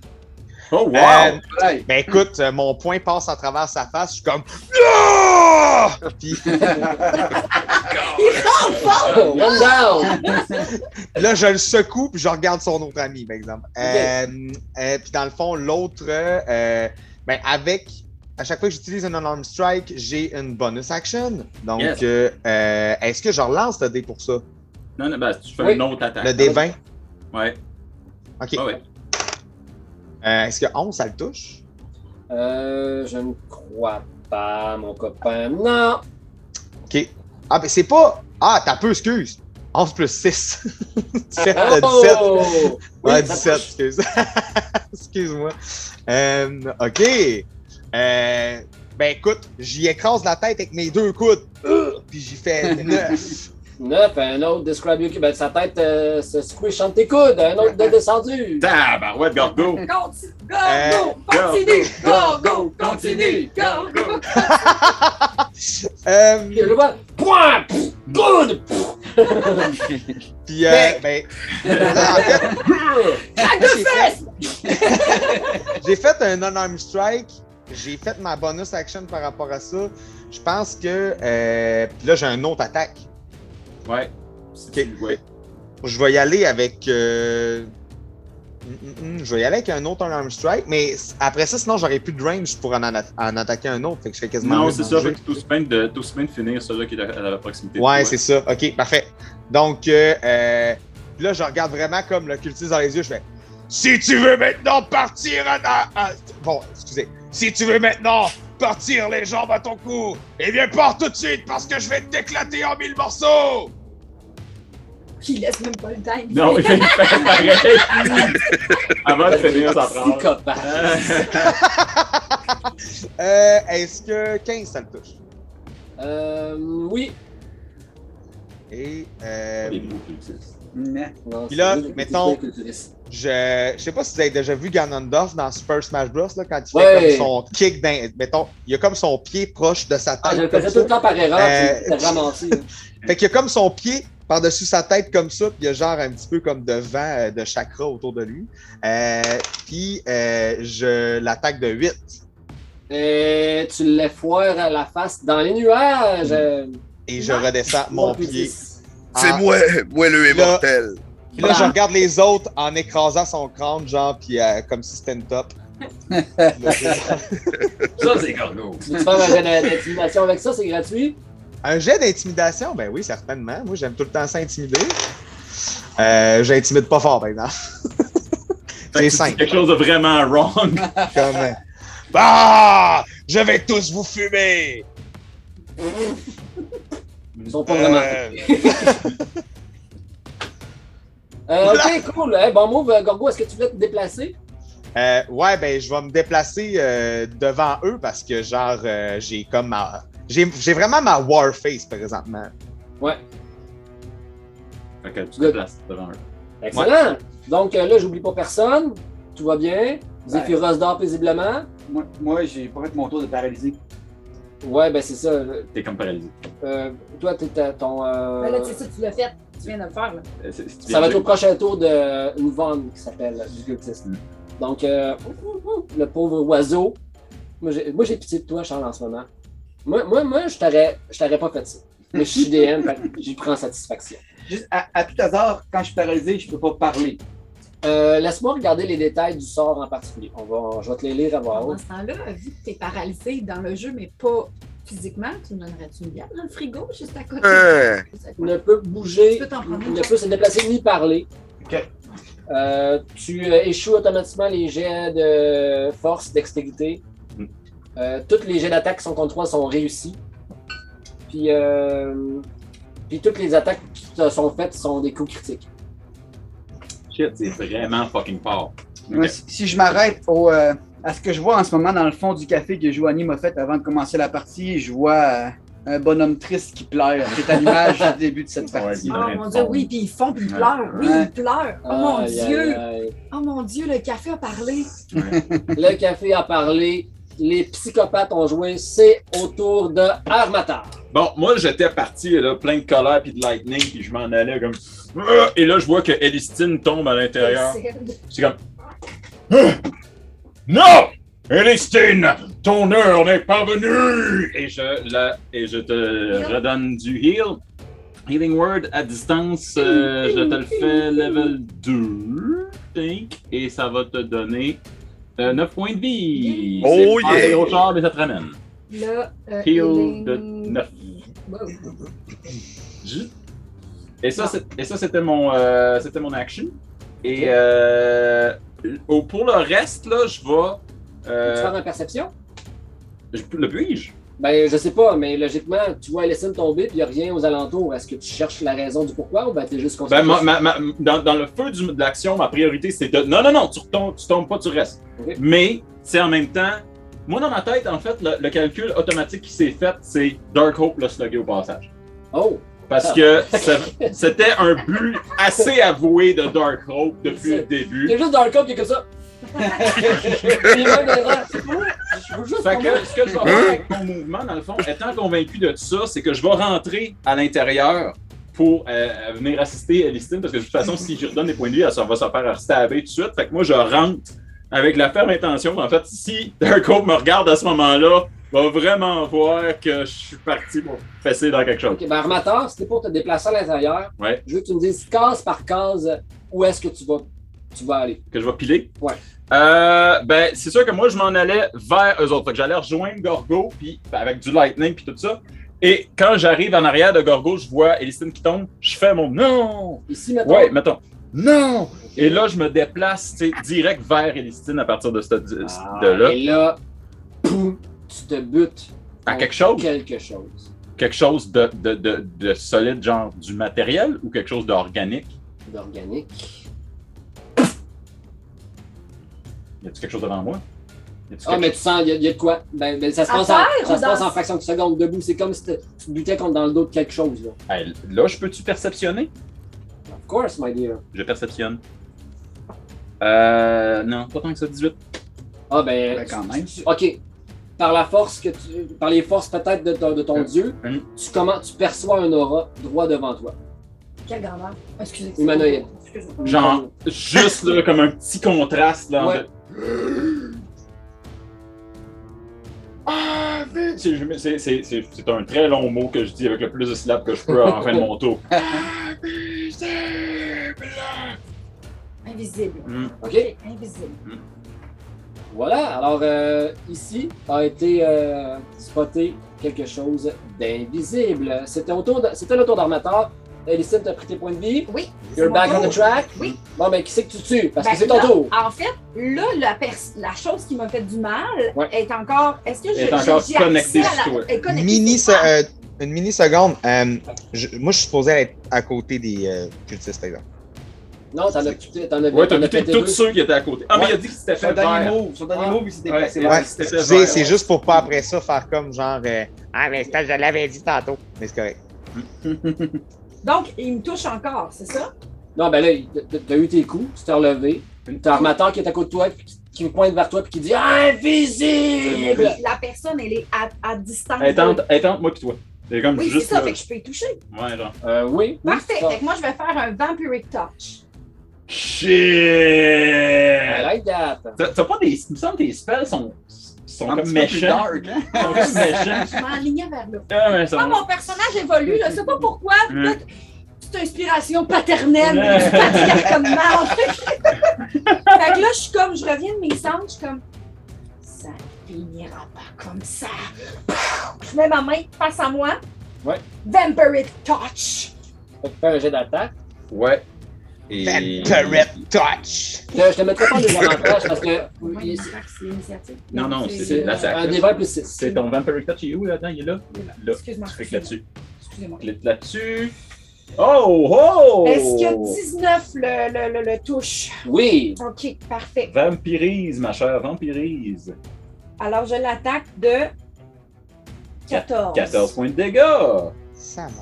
S3: Oh, wow!
S9: Euh,
S10: Hey.
S9: Ben écoute, euh, mon point passe à travers sa face, je suis comme Ah! Non! Puis
S6: Oh, one down.
S9: Là, je le secoue, puis je regarde son autre ami, par exemple. Euh, euh, puis dans le fond, l'autre, euh, euh, ben avec, à chaque fois que j'utilise un unarmed strike, j'ai une bonus action. Donc,
S3: Yes.
S9: euh, euh, est-ce que je relance le dé pour ça?
S3: Non, non, ben, tu fais
S6: Oui.
S3: une autre attaque. hein.
S9: Le dé 20?
S3: Ouais.
S9: OK.
S3: Ah ouais.
S9: Euh, est-ce que 11, ça le touche?
S6: Euh, je ne crois pas, mon copain. Non.
S9: OK. Ah, ben c'est pas... Ah, t'as peu, excuse. 11 plus 6. tu fais le 17.
S6: Oh!
S9: Ouais,
S6: Oui, ça
S9: 17,
S6: touche.
S9: excuse. Excuse-moi. Euh, OK. Euh, ben écoute, j'y écrase la tête avec mes deux coudes. Euh, Puis j'y fais neuf.
S6: Neuf, un autre describe your kill. Ben, sa tête euh, se squish entre tes coudes. Un autre de descendu.
S3: Tabarouette, Gorgo!
S11: Continue, go,
S9: Euh,
S11: go, continue, go, go, continue, go, go.
S9: Euh,
S6: Je le vois. Point! Pff, Good!
S9: Puis euh, ben, là, en fait,
S11: Craque de fesses!
S9: j'ai fait un non-arm strike. J'ai fait ma bonus action par rapport à ça. Je pense que. euh, puis là, j'ai un autre attaque.
S3: Ouais. Si
S9: Ok.
S3: tu- ouais.
S9: Je vais y aller avec. euh, mm, mm, mm, je vais y aller avec un autre arm strike, mais s- après ça, sinon, j'aurais plus de range pour en, atta- en attaquer un autre. Fait que je fais quasiment.
S3: Non,
S9: mieux
S3: c'est
S9: de
S3: ça.
S9: manger.
S3: Fait que t'es aussi bien de, t'es aussi bien de finir celui-là qui est à, à la proximité. de
S9: Ouais,
S3: toi.
S9: c'est ça. Ok, parfait. Donc, euh, euh, là, je regarde vraiment comme le cultiste dans les yeux. Je fais Si tu veux maintenant partir à. à- à- Bon, excusez. Si tu veux maintenant partir les jambes à ton cou, eh bien, pars tout de suite parce que je vais t'éclater en mille morceaux.
S11: Qui laisse même pas le time.
S3: Non, il fait pareil. Avant de finir sa phrase.
S6: Psychopathe.
S9: Euh, Est-ce que 15 ça le touche
S6: Euh, oui.
S9: Et. euh,
S3: Des gros cultistes.
S6: Non,
S9: Puis là,
S6: c'est lui,
S9: mettons,
S6: c'est lui, c'est lui.
S9: Je, je sais pas si vous avez déjà vu Ganondorf dans Super Smash Bros. Là, quand il
S6: Ouais.
S9: fait comme son kick, dans, mettons, il a comme son pied proche de sa tête.
S6: Ah, je le
S9: comme
S6: faisais tout
S9: ça.
S6: le temps par erreur,
S9: Euh,
S6: puis c'était ramassé. là.
S9: Fait qu'il a comme son pied par-dessus sa tête comme ça, puis il y a genre un petit peu comme de vent euh, de chakra autour de lui. Euh, puis euh, je l'attaque de 8.
S6: Et Euh, tu l'as foire à la face dans les nuages. euh,
S9: Et je redescends Mm. mon
S6: trois puis
S9: pied.
S6: dix.
S7: C'est
S9: Ah.
S7: moi, moi le
S9: Là-
S7: immortel.
S9: Puis là, je regarde les autres en écrasant son crâne, genre, puis euh, comme si c'était une top.
S3: Ça, c'est Gorgo.
S6: Tu veux faire un jeu d'intimidation avec ça, c'est gratuit.
S9: Un jet d'intimidation, ben oui, certainement. Moi, j'aime tout le temps s'intimider. Euh, J'intimide pas fort, par exemple.
S3: Fait que
S9: J'ai
S3: tu dis
S9: 5.
S3: Quelque chose de vraiment wrong.
S9: Comme, euh,
S4: Bah,
S9: ah! Je vais tous vous fumer!
S6: Ils sont pas vraiment.
S9: Euh,
S6: Euh, ok, cool. Eh, bon move, euh, Gorgo, est-ce que tu voulais te déplacer?
S9: euh, ouais, ben, je vais me déplacer euh, devant eux parce que, genre, euh, j'ai comme ma. J'ai j'ai vraiment ma war face présentement.
S6: Ouais.
S3: Fait que tu te places devant eux.
S6: Excellent. Donc euh, là, j'oublie pas personne. Tout va bien. Zephyros dort paisiblement.
S10: Moi, moi, j'ai pas fait mon tour de paralysie.
S6: Ouais, ben c'est ça. Euh,
S3: T'es comme paralysé.
S6: euh, toi, t'es à ton. euh,
S8: Ben là, c'est ça, tu l'as fait. Tu viens de le faire, là.
S3: Euh, c'est- c'est-
S6: Ça va être au prochain tour de euh, Yvonne qui s'appelle euh, du cultiste.
S3: Mm.
S6: Donc, euh, le pauvre oiseau. Moi, j'ai moi, j'ai pitié de toi, Charles, en ce moment. Moi, moi, moi je t'aurais je t'aurais pas fait ça. Mais je suis DM, fait que j'y prends satisfaction.
S10: Juste à, à tout hasard, quand je suis paralysé, je peux pas parler.
S6: Euh, Laisse-moi regarder les détails du sort en particulier. On va, je vais te les lire à voix
S12: Pendant
S6: haute.
S12: ce temps-là, vu que t'es paralysé dans le jeu, mais pas physiquement, tu me donnerais-tu une bière dans le frigo juste à côté?
S7: Hein.
S6: Ne peut bouger,
S12: Tu peux t'en prendre une.
S6: ne peut se déplacer ni parler.
S10: OK.
S6: Euh, tu euh, échoues automatiquement les jets de force, dextérité.
S3: Mm.
S6: Euh, toutes les jets d'attaque qui sont contre toi sont réussis. Puis, euh, puis toutes les attaques qui te sont faites sont des coups critiques.
S3: Shit, c'est vraiment fucking fort.
S10: Moi, si, si je m'arrête au, euh, à ce que je vois en ce moment dans le fond du café que Joanie m'a fait avant de commencer la partie, je vois euh, un bonhomme triste qui pleure. C'est à l'image du début de cette partie.
S3: Ouais,
S12: Oh mon dieu, oui, puis ils font, puis ils pleurent. Oui,
S10: Ouais.
S12: ils pleurent. Oh mon
S6: Aïe, aïe,
S12: dieu.
S6: aïe.
S12: Oh mon dieu, le café a parlé.
S6: Le café a parlé. Les psychopathes ont joué. C'est au tour de Armatar.
S3: Bon, moi, j'étais parti, là, plein de colère puis de lightning, puis je m'en allais comme. Ah! Et là, je vois que Elistine tombe à l'intérieur. C'est comme. Ah! Non! Elistine! Ton heure n'est pas venue! Et je, la- et je te redonne du heal. Healing Word à distance, euh, je te le fais level 2, think, et ça va te donner euh, 9 points de vie.
S7: Oh
S3: C'est pas
S7: yeah!
S3: un gros char, mais ça te ramène.
S12: Là, euh,
S3: Heal de
S12: Healing-
S3: 9.
S12: Wow.
S3: Et ça, c'est- et ça, c'était mon, euh, c'était mon action. Et euh, au- pour le reste, là, je vais.
S6: Peux-tu faire
S3: Euh,
S6: une perception?
S3: je- le puis-je?
S6: Ben, je sais pas, mais logiquement, tu vois Alessine tomber puis il n'y a rien aux alentours. Est-ce que tu cherches la raison du pourquoi ou ben t'es juste concentré?
S3: Ben, ma- ma- ma- dans, dans le feu du- de l'action, ma priorité, c'est de. Non, non, non, tu, retombes, tu tombes pas, tu restes.
S6: Ok.
S3: Mais, c'est en même temps. Moi, dans ma tête, en fait, le, le calcul automatique qui s'est fait, c'est Dark Hope le slugger au passage.
S6: Oh!
S3: Parce que ça- c'était un but assez avoué de Dark Hope depuis le début.
S6: Il est juste dans le code, il est comme ça. Il est même derrière. Je veux juste
S3: Fait
S6: tomber.
S3: que ce que je vais faire avec mon mouvement, dans le fond, étant convaincu de tout ça, c'est que je vais rentrer à l'intérieur pour euh, venir assister à Listine, parce que de toute façon, si je redonne des points de vie, elle s'en va se faire stabber tout de suite. Fait que moi, je rentre avec la ferme intention. En fait, si Dark Hope me regarde à ce moment-là, va vraiment voir que je suis parti pour fesser dans quelque chose.
S6: Ok, ben, Armateur, c'était pour te déplacer à l'intérieur.
S3: Ouais.
S6: Je veux que tu me dises case par case où est-ce que tu vas, tu vas aller.
S3: Que je vais piler.
S6: Ouais.
S3: Euh, ben, c'est sûr que moi, je m'en allais vers eux autres. Fait que j'allais rejoindre Gorgo, puis ben, avec du lightning, puis tout ça. Et quand j'arrive en arrière de Gorgo, je vois Elistine qui tombe. Je fais mon non!
S6: Ici, mettons.
S3: Ouais, mettons. Non! Et là, je me déplace tu sais, direct vers Elistine à partir de ce
S6: Ah,
S3: de là.
S6: Et là, poum, tu te butes.
S3: À
S6: contre
S3: quelque chose?
S6: Quelque chose.
S3: Quelque chose de, de, de, de solide, genre du matériel ou quelque chose d'organique?
S6: D'organique.
S3: Y a-tu quelque chose devant moi? Y a-tu
S6: Ah,
S3: quelque
S6: mais tu sens, il y, a- il y a de quoi? Ben, ben, ça se
S12: À
S6: passe, en,
S12: terre
S6: ça
S12: ou
S6: se passe
S12: dans-
S6: en fraction de seconde debout. C'est comme si te- tu te butais contre dans le dos de quelque chose. Là.
S3: Hey, là, je peux-tu perceptionner?
S6: En Of course, my dear.
S3: Je perceptionne. Euh. Non, pas tant que ça, 18.
S6: Ah, ben.
S3: quand même.
S6: OK. Par la force que tu. Par les forces peut-être de ton, de ton dieu, tu comment tu perçois un aura droit devant toi.
S13: Quelle grandeur? Excusez.
S6: Humanoïde.
S13: Excusez-moi.
S3: Genre, juste là, comme un petit contraste là.
S6: Ouais.
S3: de- Ah, vite! C'est- je me- c'est- C'est c'est- c'est un très long mot que je dis avec le plus de syllabes que je peux en fin de mon tour.
S8: Invisible.
S10: Mm.
S3: Hmm.
S6: OK.
S8: Invisible.
S6: Voilà. Alors, euh, ici a été euh, spoté quelque chose d'invisible. C'était au tour de- c'était le tour d'Armator. Elicine, t'as pris tes points de vie?
S8: Oui. c'est
S6: You're
S8: mon
S6: back on
S8: tour.
S6: the track?
S8: Oui.
S6: Bon, ben, qui c'est que tu tues? Parce
S8: Ben,
S6: que c'est ton
S8: là,
S6: tour.
S8: En fait, là, la, pers- la chose qui m'a fait du mal
S6: Ouais.
S8: est encore. Est-ce que je-
S9: Est
S8: j'ai
S9: encore
S8: j'ai accès
S9: connectée
S8: à
S9: sur
S8: la-
S9: toi.
S8: est connectée
S9: Mini
S8: sur-
S9: se- euh, une mini seconde. euh, je- moi, je suis supposé être à côté des euh, cultistes, par exemple.
S6: Non, t'en as tué. T'en as
S9: Ouais,
S6: t'en
S9: t'as
S6: as
S9: buté
S6: pété
S9: tous
S6: deux.
S9: ceux
S3: qui étaient à côté. Ah, mais il a dit que c'était
S6: Son
S3: fait
S6: dernier
S3: vert.
S6: move, son
S10: Ah.
S6: dernier move, il s'est déplacé
S9: Ouais,
S6: vers-
S9: excusez, c'est juste pour pas après ça faire comme genre. euh, ah, mais ça, je l'avais dit tantôt. Mais c'est correct.
S8: Donc, il me touche encore, c'est ça?
S6: Non, ben là, il- t'as eu tes coups, tu t'es relevé. T'as Armator qui est à côté de toi, puis qui, qui pointe vers toi, puis qui dit Invisible!
S8: Puis La personne, elle est à, à distance.
S3: Elle tente, elle tente moi pis toi. C'est comme
S8: Oui, c'est
S3: juste
S8: ça,
S3: là.
S8: fait que je peux y toucher.
S3: Ouais, genre.
S6: Euh, oui.
S8: Parfait. Fait que moi, je vais faire un Vampiric Touch.
S3: Shit!
S6: I like that.
S3: T'as t'as pas des. Il me semble que tes spells sont. sont
S10: Un
S3: comme
S10: petit peu plus
S3: méchants.
S10: dark, hein?
S3: Ils sont comme méchants.
S8: Je m'enlignais vers là.
S3: Ah, mais ça
S8: Ah,
S3: va.
S8: mon personnage évolue, là, je sais pas pourquoi.
S3: Mm.
S8: Là, C'est inspiration paternelle,
S3: Ouais.
S8: du patriarcat de merde. fait que là, je suis comme, je reviens de mes cendres, je suis comme, ça ne finira pas comme ça. Pouf! Je mets ma main face à moi.
S6: Ouais.
S8: Vampiric Touch.
S6: Fait que fais un jet d'attaque.
S3: Ouais.
S8: Ben,
S9: Vampiric Touch!
S6: Je, je te mettrai pas des avantages parce que.
S8: Oui, c'est l'initiative.
S3: Non, non, c'est- c'est là,
S6: c'est.
S3: ça
S6: Un
S3: accroche.
S6: des 20 plus 6.
S3: C'est ton Vampiric Touch, il est où là-dedans? Il est là? Là.
S8: euh, Excuse-moi,
S3: Tu cliques là-dessus.
S8: Excusez-moi.
S3: Clique là-dessus. Oh, oh!
S8: Est-ce que 19 le, le, le, le touche?
S3: Oui.
S8: Ok, parfait.
S3: Vampirise, ma chère, vampirise.
S8: Alors, je l'attaque de 14.
S3: 14 points de dégâts.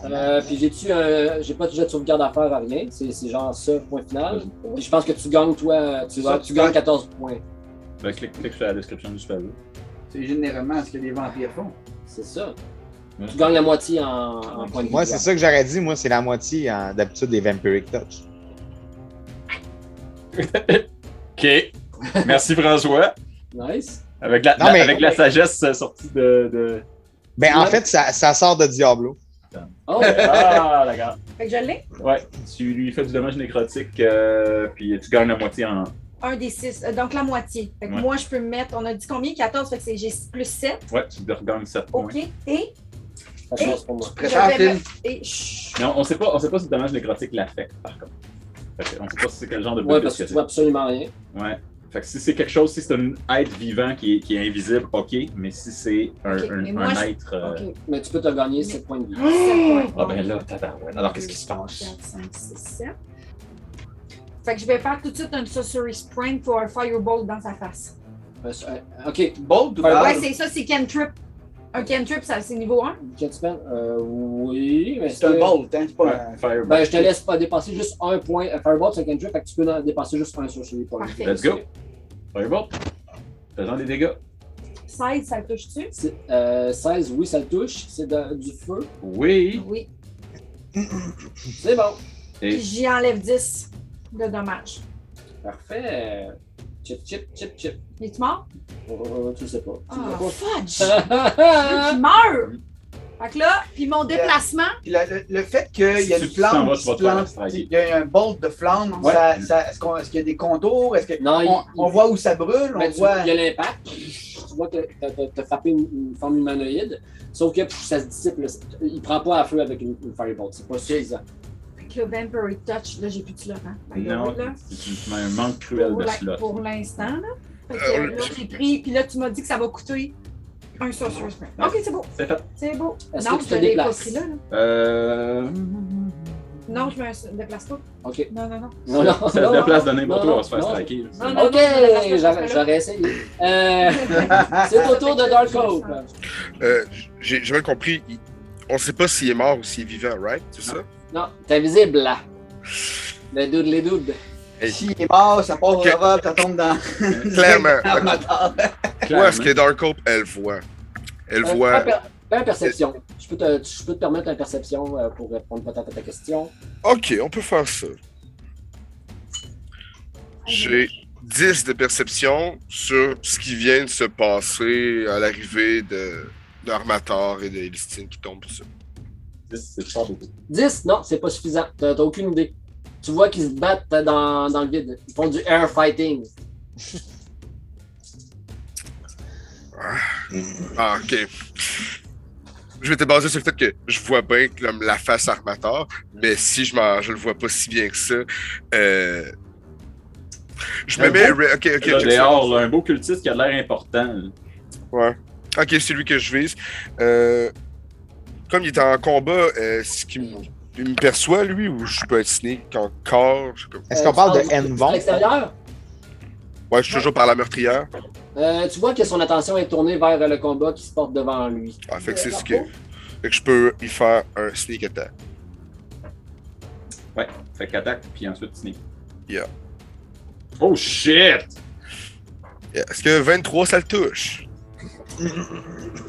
S6: Euh, puis j'ai-tu un. J'ai pas de jet de sauvegarde à faire à rien. C'est c'est genre ça, point final. Puis je pense que tu gagnes, toi. Tu,
S10: C'est ça,
S6: tu
S10: tu
S6: gagnes
S10: gagnes.
S6: 14 points.
S3: Ben, clique, clique sur la description du spell.
S10: C'est généralement ce que les vampires font.
S6: C'est ça. Tu gagnes la moitié en, en points de vie.
S9: Moi, c'est ça que j'aurais dit. Moi, c'est la moitié hein, d'habitude des Vampiric Touch.
S3: OK. Merci, François.
S6: Nice.
S3: Avec la,
S9: Non,
S3: la-
S9: mais-
S3: avec la sagesse euh, sortie de. de...
S9: Ben, en fait, ça, ça sort de Diablo.
S6: Oh!
S3: Ah, d'accord.
S8: Fait que je l'ai?
S3: Ouais, tu lui fais du dommage nécrotique, euh, puis tu gagnes la moitié en.
S8: Un des six, euh, donc la moitié. Fait que
S3: Ouais.
S8: moi, je peux me mettre, on a dit combien? 14, fait que c'est- j'ai plus 7.
S3: Ouais, tu regagnes 7 points.
S8: OK. Et.
S3: La
S8: et
S3: chance pour moi.
S8: je
S3: Préfère
S8: vais
S3: Phil.
S8: me- et chut,
S3: Mais on, on sait pas, on sait pas si le dommage nécrotique l'affecte, par contre. Fait que on sait pas si c'est quel genre de
S6: Ouais,
S3: build
S6: parce que
S3: que
S6: tu vois absolument rien.
S3: c'est. Ouais. Fait que si c'est quelque chose, si c'est un être vivant qui est, qui est invisible, ok, mais si c'est un,
S6: Ok,
S3: un-
S6: mais moi,
S3: un
S6: je-
S3: être. euh,
S6: Ok. Mais tu peux te gagner 7 points de vie.
S8: Hein?
S3: Ah ben là, t'attends, ouais. Alors qu'est-ce qui se passe?
S8: 4, 5, 6, 7. Fait que je vais faire tout de suite un Sorcery Spring pour un Firebolt dans sa face.
S6: Euh, euh, ok.
S10: Bold ou
S8: ouais, c'est ça, c'est Cantrip. Un Cantrip, ça, c'est niveau 1.
S6: Euh, oui, mais
S10: C'est un bolt, hein, c'est pas un
S3: fireball.
S6: Ben, je te laisse pas dépasser juste un point. Euh, Fireball, c'est un cantrip, fait que tu peux en dépasser juste un sur celui points.
S8: Parfait.
S3: Let's go! Fireball! Faisons des dégâts.
S8: 16, ça touche-tu?
S6: C'est- euh, 16, oui, ça le touche. C'est de- du feu.
S3: Oui!
S8: Oui.
S6: C'est bon.
S8: Puis j'y enlève 10 de dommages.
S6: Parfait. Chip, chip, chip, chip.
S8: Il est mort?
S6: Euh, tu sais pas. Tu
S8: Ah,
S6: sais pas.
S8: fudge! Je veux qu'il meurt! Fait que là, puis mon déplacement,
S10: Puis la- le, le fait qu'il y a
S3: Si
S10: une
S3: tu t'en
S10: flamme
S3: vas,
S10: qui
S3: tu vas
S10: se
S3: te faire
S10: plante,
S3: striker.
S10: il y a un bolt de flamme,
S6: Ouais.
S10: ça- ça- est-ce qu'on- est-ce qu'il y a des contours? Est-ce que
S6: Non, il-
S10: on, on voit où ça brûle?
S6: Ben,
S10: on
S6: tu-
S10: voit...
S6: Il y a l'impact. Tu vois que t'as- t'as t'as frappé une, une forme humanoïde. Sauf que pff, ça se dissipe. là. Il prend pas à feu avec une, une fireball. C'est pas suffisant.
S8: fait que le Vampiric Touch, là, j'ai plus de slot, hein? By the
S3: Non,
S8: way, là.
S3: c'est un manque cruel
S8: Pour
S3: de
S8: la-
S3: slot.
S8: Pour l'instant, là. Fait que euh, là, j'ai pris, puis là, tu m'as dit que ça va coûter un sorcerer spring. Ok, c'est beau.
S3: C'est fait.
S8: C'est beau.
S6: Est-ce
S8: Non,
S6: que tu te
S8: je l'ai pas
S6: déplaces?
S8: pris là, là.
S3: Euh.
S8: Non, je me déplace pas.
S6: Ok.
S8: Non, non, non.
S6: Non, non.
S3: Ça se déplace de
S6: non,
S3: n'importe où, on va
S6: non,
S3: se faire
S6: non.
S3: striker.
S8: Non, non, non,
S6: ok,
S8: je me déplace pas, je
S6: j'aurais
S8: reste là.
S6: j'aurais essayé. Euh, c'est au tour de Dark Hope.
S7: Euh, J'ai j'ai mal compris. il- On sait pas s'il est mort ou s'il est vivant, right? C'est ça?
S6: Non, t'es invisible là. Le doud, les doudes.
S10: S'il est mort, ça part au
S7: Que-
S10: revoir, ça tombe dans.
S7: Clairement.
S10: dans le matard.
S7: Où est-ce que Dark Hope, elle voit? Elle
S6: Euh,
S7: voit.
S6: fais un per- fais un perception. Je peux, te, je peux te permettre un perception euh, pour répondre peut-être à ta question.
S7: Ok, on peut faire ça. J'ai 10 de perception sur ce qui vient de se passer à l'arrivée de d'Armator et de Elistine qui tombent dessus.
S6: 10, non, c'est pas suffisant. T'as t'as aucune idée. Tu vois qu'ils se battent dans, dans le vide. Ils font du air fighting.
S7: Ah, ok. Je m'étais basé sur le fait que je vois bien que, comme, la face Armator, mais si je, m'en- je le vois pas si bien que ça, euh, je me
S3: Un
S7: mets.
S3: beau-
S7: re- Ok, ok,
S3: Là,
S7: check ça.
S3: dehors, là, un beau cultiste qui a l'air important. là.
S7: Ouais. Ok, c'est lui que je vise. Euh, comme il est en combat, euh, est-ce qu'il me, il me perçoit, lui, ou je peux être sneak encore? Je sais pas.
S9: Est-ce
S6: Euh,
S9: qu'on parle de Envon?
S6: L'extérieur,
S7: Ouais, je suis toujours par la meurtrière.
S6: euh, tu vois que son attention est tournée vers euh, le combat qui se porte devant lui.
S7: Ah, fait que c'est ce que... Fait que je peux y faire un sneak attack.
S3: Ouais, fait qu'attaque, puis ensuite sneak.
S7: Yeah.
S3: Oh shit!
S7: Yeah. Est-ce que 23, ça le touche?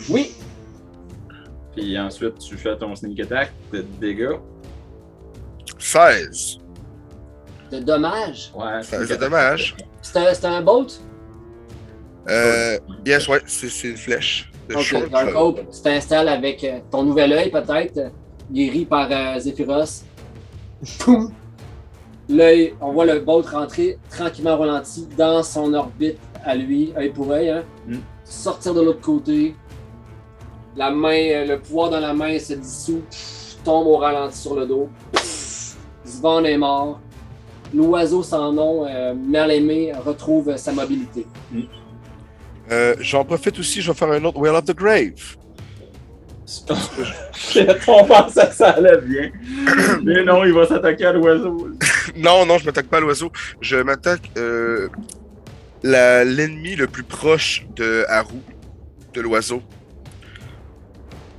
S6: Oui!
S3: Puis ensuite, tu fais ton sneak attack, tes dégâts.
S7: 16.
S6: De dommage.
S3: Ouais,
S7: Ça- C'est dommage.
S6: C'est un, c'est un bolt?
S7: Euh, yes, ouais, c'est c'est une flèche. De
S6: Ok,
S7: short,
S6: Dark
S7: ça.
S6: Hope tu t'installes avec euh, ton nouvel œil, peut-être, euh, guéri par euh, Zephyros. Poum! L'œil, on voit le bolt rentrer tranquillement au ralenti dans son orbite à lui, œil pour œil. hein.
S3: Mm.
S6: Sortir de l'autre côté. La main, euh, le pouvoir dans la main se dissout, pff, tombe au ralenti sur le dos. Pff, Svan est mort. L'oiseau sans nom, euh, mal aimé, retrouve euh, sa mobilité.
S7: Euh, J'en profite aussi, je vais faire un autre Well of the Grave.
S3: On pensait que ça allait bien. Mais non, il va s'attaquer à l'oiseau.
S7: Non, non, je m'attaque pas à l'oiseau. Je m'attaque euh, la- l'ennemi le plus proche de Haru, de l'oiseau.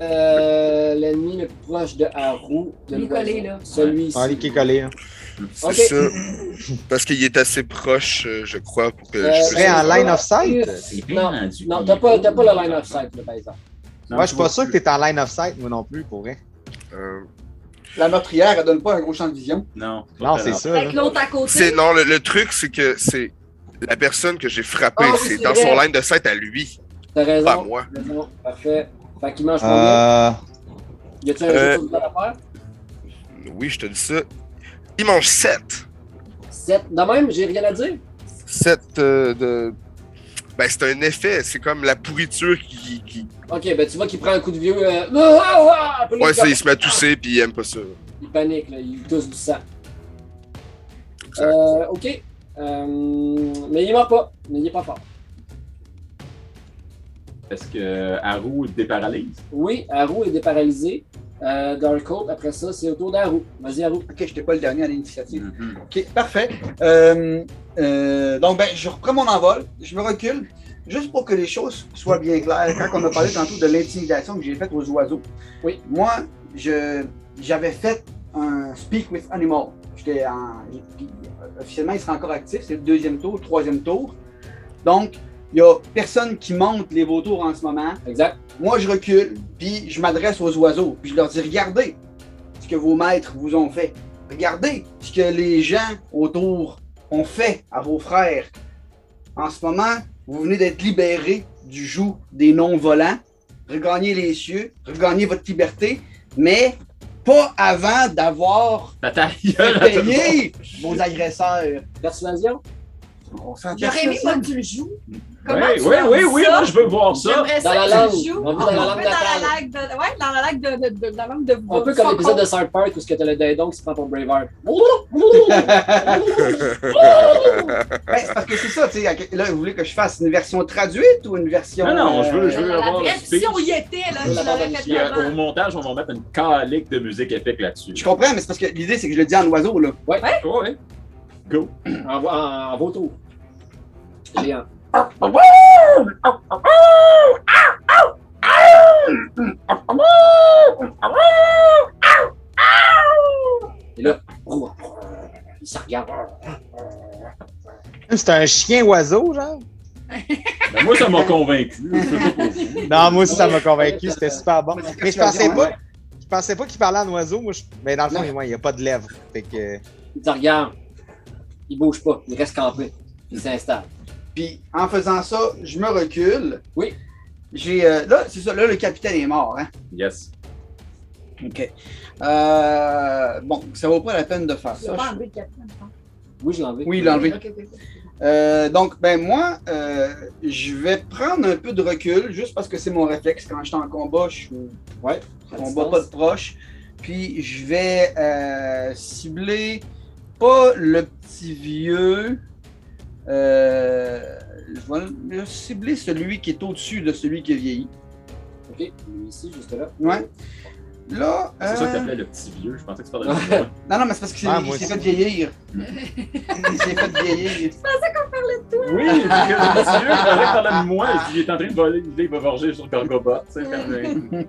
S6: Euh, l'ennemi le plus proche de Haru. De
S1: Lui collé,
S6: l'oiseau.
S1: là.
S6: Celui-ci.
S9: Ah, lui qui est collé. hein.
S7: C'est
S6: Ok.
S7: ça. Parce qu'il est assez proche, euh, je crois, pour que
S6: Euh,
S7: je
S9: serais en line of sight?
S6: Uf, Non, non t'as pas, t'as pas le line of sight, là, par exemple.
S9: Moi, je suis pas sûr que t'es en line of sight, moi non plus, pour vrai.
S7: Euh,
S10: La meurtrière, elle donne pas un gros champ de vision.
S3: Non.
S9: Non, c'est ça.
S12: Avec
S9: là.
S12: l'autre à côté.
S7: c'est- non, le, le truc, c'est que c'est la personne que j'ai frappée,
S6: Ah oui,
S7: c'est
S6: c'est
S7: dans
S6: vrai.
S7: son line de sight à lui,
S6: T'as raison.
S7: pas à moi.
S6: t'as raison. Parfait. Fait qu'il mange combien?
S9: Euh,
S6: Y a-tu un
S7: euh,
S6: jeu de football à faire?
S7: Oui, je te dis ça. Il mange 7.
S6: 7. De même, j'ai rien à dire.
S7: 7 euh, de. Ben, c'est un effet, c'est comme la pourriture qui. qui-
S6: Ok, ben tu vois qu'il prend un coup de vieux. euh, Ah, ah, ah, puis là,
S7: Ouais,
S6: il-
S7: ça, il se met à tousser puis il aime pas ça.
S6: Il panique, là, il tousse du sang.
S7: Exact.
S6: Euh, ok. Euh, mais il meurt pas. Mais il est pas fort.
S3: Parce que Haru déparalyse.
S6: Oui, Haru est déparalysé. Euh, Dark Hope, après ça, c'est au tour d'Haru. Vas-y, Haru.
S10: Ok, j'étais pas le dernier à
S3: Mm.
S10: l'initiative.
S6: Mm-hmm.
S10: Ok, parfait. Euh, euh, donc, ben, je reprends mon envol, je me recule, juste pour que les choses soient bien claires. Quand on a parlé tantôt de l'intimidation que j'ai faite aux oiseaux,
S6: Oui.
S10: moi, je, j'avais fait un Speak with Animal. J'étais en- puis, euh, officiellement, il sera encore actif, c'est le deuxième tour, le troisième tour. Donc, il n'y a personne qui monte les vautours en ce moment.
S6: Exact.
S10: Moi, je recule, puis je m'adresse aux oiseaux, puis je leur dis Regardez ce que vos maîtres vous ont fait. Regardez ce que les gens autour ont fait à vos frères. En ce moment, vous venez d'être libérés du joug des non-volants, regagnez les cieux, regagnez votre liberté, mais pas avant d'avoir
S3: Ta ta gueule, à tout le monde.
S10: payé vos agresseurs.
S6: Persuasion?
S10: On s'en
S12: J'aurais aimé pas que tu le joues. Comment
S3: Ouais,
S12: tu
S3: ouais,
S12: as
S3: oui,
S12: dit
S3: oui,
S12: ça?
S3: moi je veux voir ça.
S12: J'aimerais
S6: Dans
S12: ça
S6: la
S12: que tu le
S6: langue.
S12: joues.
S6: On
S12: On
S6: veut dans la langue
S12: peut dans la
S6: natale.
S12: langue de, ouais, dans la langue de, de, de, la langue de
S6: Un peu comme l'épisode de South Park où ce que t'as le dindon qui se prend pour Braveheart.
S10: Ben, c'est parce que c'est ça, tu sais, à que- là, vous voulez que je fasse une version traduite ou une version... euh,
S3: Non, non, je veux, je
S12: Dans
S3: veux
S12: la
S3: avoir le
S12: vraie
S3: speech.
S12: si on y était, là,
S6: Je
S12: je l'aurais
S6: l'avais
S12: fait
S3: Puis, euh, au
S12: avant.
S3: montage, on va mettre une calique de musique épique là-dessus.
S10: Je comprends, mais c'est parce que l'idée, c'est que je le dis en oiseau, là.
S3: Ouais, ouais. Go.
S6: En, vo- en, en vautour. Géant. Et là, roux. Ils se regardent.
S9: C'est un chien oiseau, genre?
S3: Ben, moi, ça m'a convaincu. Je sais pas pour vous.
S9: Non, moi aussi, ça m'a convaincu, c'était super bon. Mais je pensais
S6: situation,
S9: pas, je pensais pas qu'il parlait en oiseau. Moi, je- mais dans le fond, ouais, il n'y a pas de lèvres. Fait que...
S6: Ils te regardent. Ils bougent pas. Ils restent campés. Ils s'installent.
S10: Puis en faisant ça, je me recule.
S6: Oui.
S10: J'ai. euh, là, c'est ça, là, le capitaine est mort, hein?
S3: Yes.
S10: OK. Euh, bon, ça vaut pas la peine de faire
S12: Il a
S10: ça.
S12: pas enlevé le capitaine, je pense.
S6: Oui, je l'ai enlevé.
S10: Oui, il l'a enlevé.
S12: Ok, ok, ok.
S10: Euh, donc, ben moi, euh, je vais prendre un peu de recul, juste parce que c'est mon réflexe. Quand je suis en combat, je suis
S6: Ouais. à
S10: combat
S6: distance.
S10: pas de proche. Puis je vais euh, cibler pas le petit vieux. euh, je vais le- cibler celui qui est au-dessus de celui qui est vieilli.
S6: OK. Lui ici, juste là.
S10: Ouais. Là.
S3: C'est ça que
S10: euh,
S3: t'appelais le petit vieux. Je pensais que tu parlais de moi.
S10: Non, non, mais c'est parce qu'il
S9: Ah,
S10: s'est-
S9: moi
S10: il s'est
S9: aussi.
S10: fait vieillir. il s'est fait vieillir.
S3: Oui, parce que le petit vieux, il parlait que parlait de moi. et puis Il est en train de voler, il va venger sur Gorgobot. tu sais, fermé.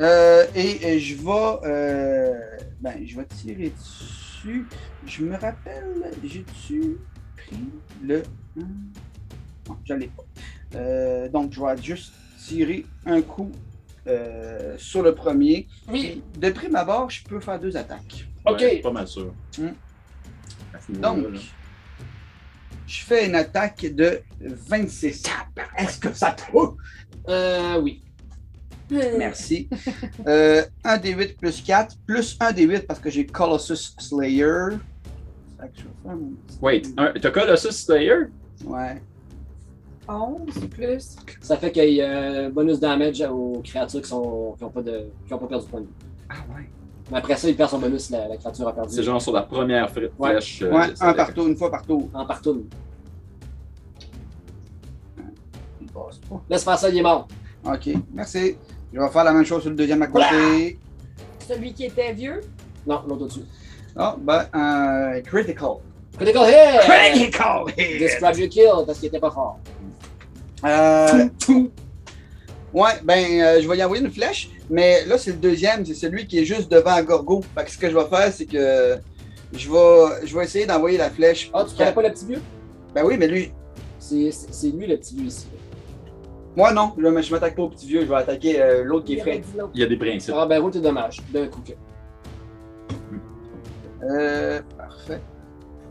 S10: Euh, et, et je vais. euh, ben, je vais tirer dessus. Je me rappelle, j'ai-tu pris le. Non, je l'ai pas. Euh, donc, je vais juste tirer un coup euh, sur le premier.
S6: Oui.
S10: De prime abord, je peux faire deux attaques.
S3: Ouais,
S6: OK.
S3: je suis pas mal sûr.
S10: Hum.
S3: À ce niveau-là,
S10: Donc,
S3: là.
S10: je fais une attaque de 26. Est-ce que ça trouve?
S6: Euh, oui.
S10: Merci. Euh, 1 d 8 plus 4, plus 1 d 8 parce que j'ai Colossus Slayer. Fait que je vais faire mon petit-
S3: Wait, un- t'as Colossus Slayer?
S10: Ouais.
S12: 11 plus.
S6: Ça fait qu'il y a euh, bonus damage aux créatures qui n'ont pas, de- qui ont pas perdu de point de vie.
S10: Ah ouais.
S6: Mais après ça, il perd son bonus, la, la créature a perdu.
S3: C'est genre sur la première fre-
S6: Ouais.
S3: flèche. euh,
S10: Ouais,
S3: de sa
S10: un
S3: attaque.
S10: partout, une fois partout.
S6: En partout.
S10: Il passe pas.
S6: Laisse faire ça, il est mort.
S10: Ok, merci. Je vais faire la même chose sur le deuxième à côté.
S12: Celui qui était vieux.
S6: Non, l'autre au-dessus.
S10: Ah, ben, un critical.
S6: Critical hit!
S10: Critical hit!
S6: Describe your kill parce qu'il était pas fort.
S10: Euh, ouais, ben, euh, je vais y envoyer une flèche, mais là, c'est le deuxième, c'est celui qui est juste devant Gorgo. Fait que ce que je vais faire, c'est que je vais, je vais essayer d'envoyer la flèche.
S6: Ah, tu connais pas le petit vieux?
S10: Ben oui, mais lui,
S6: C'est- C'est c'est lui le petit vieux ici.
S10: moi non, je, me- je m'attaque pas au petit vieux, je vais attaquer euh, l'autre qui est
S12: Il avait
S10: frais.
S12: dit l'autre.
S3: Il y a des principes.
S6: Ah ben oui, c'est dommage. D'un coup que.
S10: Euh, parfait.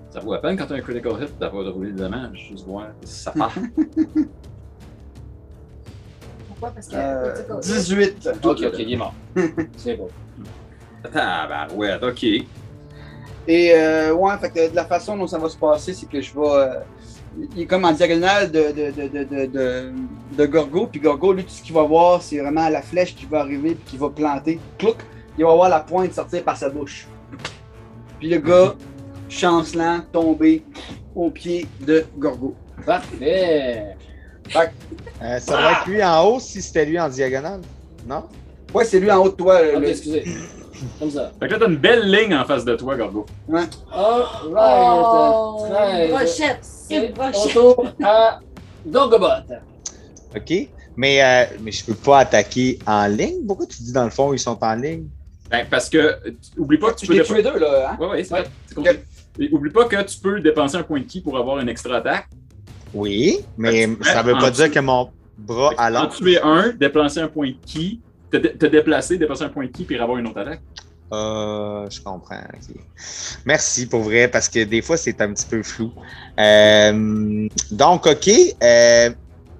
S3: Ça vaut à peine quand t'as un critical hit d'avoir de rouler des dommages, juste voir si ça part.
S12: Pourquoi? Parce que.
S10: Euh,
S12: tu sais,
S10: 18.
S6: Ok, ok, il est mort. C'est bon.
S3: Tabarouette, ok.
S10: Et euh, ouais, fait que de la façon dont ça va se passer, c'est que je vais. euh, il est comme en diagonale de, de, de, de, de, de, de Gorgo, puis Gorgo, lui, tout ce qu'il va voir, c'est vraiment la flèche qui va arriver, puis qui va planter. Clouc, il va voir la pointe sortir par sa bouche. Puis le gars, chancelant, tombé au pied de Gorgo.
S6: Parfait.
S9: Euh, ça doit être lui en haut si c'était lui en diagonale. Non?
S10: Ouais, c'est lui en haut de toi. euh, le-
S9: Ah,
S6: Ok,
S10: le-
S6: excusez. Comme ça.
S3: Fait que là, t'as une belle ligne en face de toi, Gorgo.
S12: Oh,
S6: Alright.
S12: une
S6: 13.
S12: brochette.
S6: C'est
S12: Une brochette.
S6: autour à Gorgobot.
S9: OK. Mais, euh, mais je peux pas attaquer en ligne. Pourquoi tu dis dans le fond, ils sont en ligne?
S3: Ben, parce que, euh, tu- oublie pas que tu
S10: Je
S3: peux...
S10: t'ai
S3: dépe-
S10: tué deux, là. Hein?
S3: Ouais, ouais, c'est
S6: Ouais.
S3: vrai. C'est compris. Et Oublie pas que tu peux dépenser un point de ki pour avoir une extra attaque.
S9: Oui, mais
S3: Fait que tu
S9: ça veut
S3: mets en
S9: pas dire
S3: dessous.
S9: que mon bras
S3: Fait que En
S9: allant.
S3: tuer un, déplacer un point de ki, te, dé- te déplacer, dépenser un point de ki, puis avoir une autre attaque.
S9: Euh, je comprends. ok. Merci pour vrai, parce que des fois, c'est un petit peu flou. Euh, donc, OK. euh,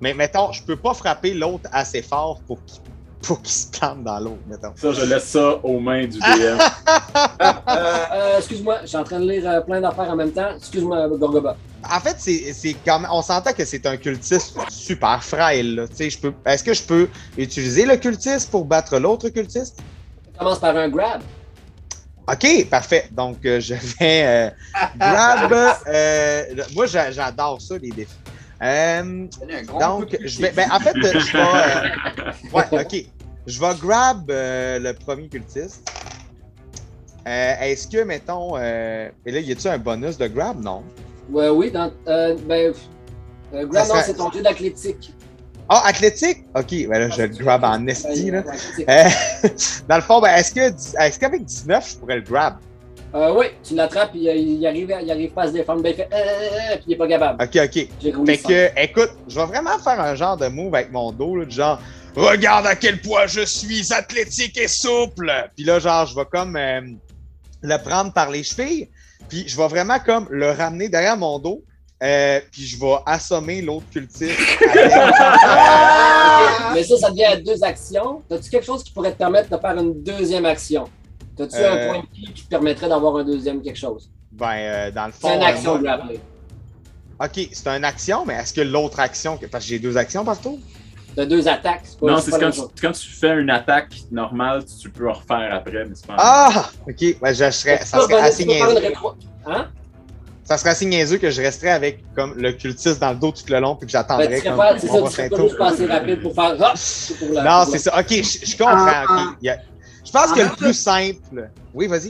S9: mais mettons, je peux pas frapper l'autre assez fort pour qu'il pour qu'il se plante dans l'eau, mettons.
S3: Ça, je laisse ça aux mains du
S9: Ah!
S3: DM.
S6: Euh, excuse-moi, je suis en train de lire euh, plein d'affaires en même temps. Excuse-moi, Gorgobot.
S9: En fait, c'est c'est quand même- on s'entend que c'est un cultiste super frêle. là. Tu sais, je peux- Est-ce que je peux utiliser le cultiste pour battre l'autre cultiste?
S6: Commence par un grab.
S9: OK, parfait. Donc, euh, je vais euh, grab. euh, moi, j'a- j'adore ça, les défis. Euh,
S10: Donnez un gros coup
S9: donc,
S10: de cul,
S9: je vais. Ben, en fait, euh, je vais. euh, ouais, OK. Je vais grab euh, le premier cultiste. Euh, Est-ce que, mettons. euh, Et là, y a-tu un bonus de grab? Non.
S6: Ouais, oui, dans. Euh, ben. pff, euh, grab,
S9: Ah, Ça
S6: non,
S9: serait-
S6: c'est ton jeu d'athlétique.
S9: Ah, athlétique? OK. Ben là, je le grab en esti, là.
S6: Ouais, ouais, c'est-
S9: Euh, dans le fond, ben, est-ce que est-ce qu'avec 19, je pourrais le grab?
S6: Euh, oui, tu l'attrapes, puis euh, il arrive, il arrive pas à se défendre, ben il fait, euh, puis il est pas capable.
S9: Ok, ok.
S6: J'ai roulé
S9: Fait
S6: cinq.
S9: que, écoute, je vais vraiment faire un genre de move avec mon dos, là, du genre, regarde à quel point je suis athlétique et souple. Puis là, genre, je vais comme euh, le prendre par les chevilles, puis je vais vraiment comme le ramener derrière mon dos, euh, puis je vais assommer l'autre cultiste.
S6: Mais ça, ça devient à deux actions. As-tu quelque chose qui pourrait te permettre de faire une deuxième action? As-tu
S9: Euh.
S6: un point de ki qui te permettrait d'avoir un deuxième quelque chose?
S9: ben, euh, dans le fond.
S6: C'est une
S9: euh,
S6: action
S9: moi-
S6: de l'appeler.
S9: Ok, c'est une action, mais est-ce que l'autre action, que- parce que j'ai deux actions partout?
S6: T'as deux attaques, c'est
S3: Non, c'est quand, tu- quand tu fais une attaque normale, tu, tu peux en refaire après, mais c'est pas.
S9: Ah! Ok, ben, je serais, ça serait assez niaiseux.
S6: Hein?
S9: Ça serait assez niaiseux que je resterais avec comme le cultiste dans le dos tout le long puis que
S6: Ben,
S9: j'attendrais
S6: tu serais
S9: comme
S6: pas, c'est ça,
S9: mon
S6: tu
S9: prochain
S6: serais pas
S9: tour.
S6: juste pas assez rapide pour faire hop! c'est pour la-
S9: Non,
S6: pour
S9: c'est
S6: la-
S9: ça. Ok, je, je comprends. ok. Il y a- Je pense que le plus simple. Oui, vas-y.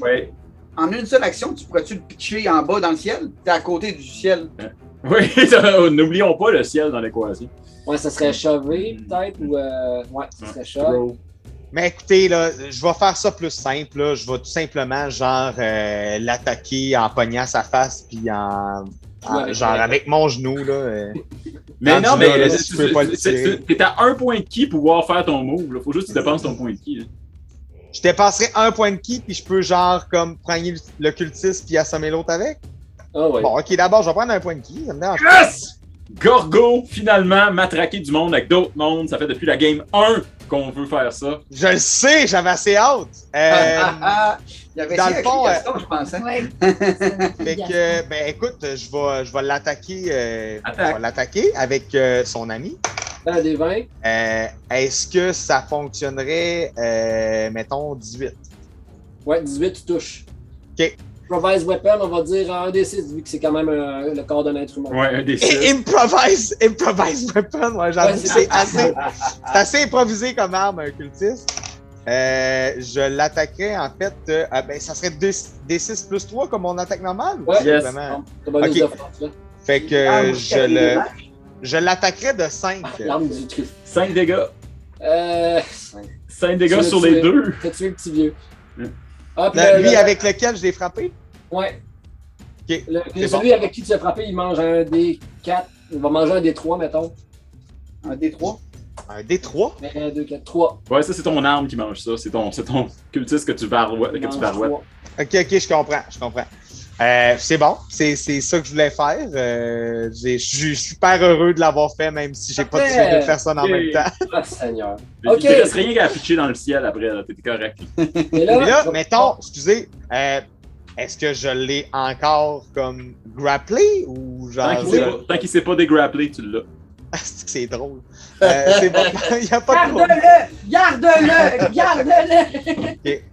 S10: En une seule action, tu pourrais-tu le pitcher en bas dans le ciel? T'es à côté du ciel.
S3: Oui, oh, n'oublions pas le ciel dans l'équation.
S6: Ouais, ça serait chauvé, peut-être, ou. euh, Ouais, ça serait chauvé.
S3: Throw.
S9: Mais écoutez, là, je vais faire ça plus simple. là. Je vais tout simplement, genre, euh, l'attaquer en pognant sa face puis en. en-
S3: Ouais, avec-
S9: genre, avec mon genou, là. euh.
S3: Mais
S9: Rendu
S3: non, mais
S9: là, là,
S3: euh,
S9: tu peux pas le
S3: c'est- c'est-
S9: tirer.
S3: t'es à un point de ki pour pouvoir faire ton move. là. Faut juste que tu dépenses ton point de ki. là.
S9: Je dépasserai un point de ki, puis je peux, genre, comme, prendre le- le cultiste puis assommer l'autre avec.
S6: Ah ouais.
S9: Bon, ok, d'abord, je vais prendre un point de ki. Ça me dérange pas.
S3: Yes! Gorgo, finalement, matraquer du monde avec d'autres mondes. Ça fait depuis la game 1 qu'on veut faire ça.
S9: Je le sais, j'avais assez hâte. Euh,
S10: Ah, ah, ah. Il y avait
S9: dans
S10: essayé
S9: le
S10: avec
S9: fond,
S10: les Gaston, je pense. hein?
S9: Fait que, euh, ben écoute, je vais, je vais l'attaquer, euh,
S10: Attaque.
S9: je vais l'attaquer avec euh, son ami.
S6: Un des 20.
S9: Euh, Est-ce que ça fonctionnerait, euh, mettons, 18?
S6: Ouais, 18, tu touches.
S9: OK.
S6: Improvise weapon, on va dire un des 6, vu que c'est quand même euh, le corps d'un être humain.
S3: Ouais, un des
S9: Et improvise, improvise weapon, ouais, j'avoue
S6: Ouais,
S9: que
S6: c'est-
S9: c'est assez, c'est assez improvisé comme arme, un cultiste. Euh, je l'attaquerais en fait, euh, ah, ben, ça serait d 6 plus 3 comme on attaque normale? ou
S6: Ouais,
S9: c'est
S6: yes.
S9: vraiment-
S6: T'as bonus
S9: Ok.
S6: de force, là.
S9: Fait que
S6: Ah,
S9: euh,
S6: moi,
S9: je
S6: j'avais
S9: le,
S6: le
S9: je l'attaquerais de 5.
S6: L'arme du cri.
S3: 5 dégâts.
S6: Euh.
S3: 5
S6: tu
S3: dégâts
S6: l'as
S3: sur
S6: tué.
S3: les deux.
S6: T'as tué le petit vieux.
S3: Hum.
S6: Ah, puis
S9: Là,
S6: le-
S9: lui
S6: le-
S9: avec lequel je l'ai frappé?
S6: Ouais.
S9: Ok,
S6: Le-
S9: c'est
S6: celui
S9: bon.
S6: avec qui tu as frappé, il mange un des 4. Il va manger un des 3, mettons.
S10: Un des 3?
S9: Un D3?
S6: Mais un, deux, quatre, trois.
S3: Ouais, ça, c'est ton arme qui mange ça. C'est ton, c'est ton cultiste que tu barouettes. Que tu
S6: Mange
S3: barouettes.
S6: trois.
S9: Ok, ok, je comprends, je comprends. Euh, c'est bon, c'est c'est ça que je voulais faire. Euh, j'ai- je suis super heureux de l'avoir fait, même si j'ai pas tué deux personnes en
S3: Yay.
S9: même temps.
S6: Ah, Seigneur.
S3: Il
S6: Ok.
S3: te reste rien qu'à pitcher dans le ciel après. là. T'es correct.
S6: Et
S9: Mais là,
S6: là,
S9: mettons, excusez, euh, est-ce que je l'ai encore comme grapplé ou
S3: Tant
S6: Ben,
S9: genre.
S3: qu'il s'est pas- tant qu'il s'est pas dégrapplé, tu l'as.
S9: Ah, c'est que c'est drôle. Euh, c'est bon, il n'y a pas de problème.
S8: Garde-le! Garde-le! Garde-le!
S9: Ok.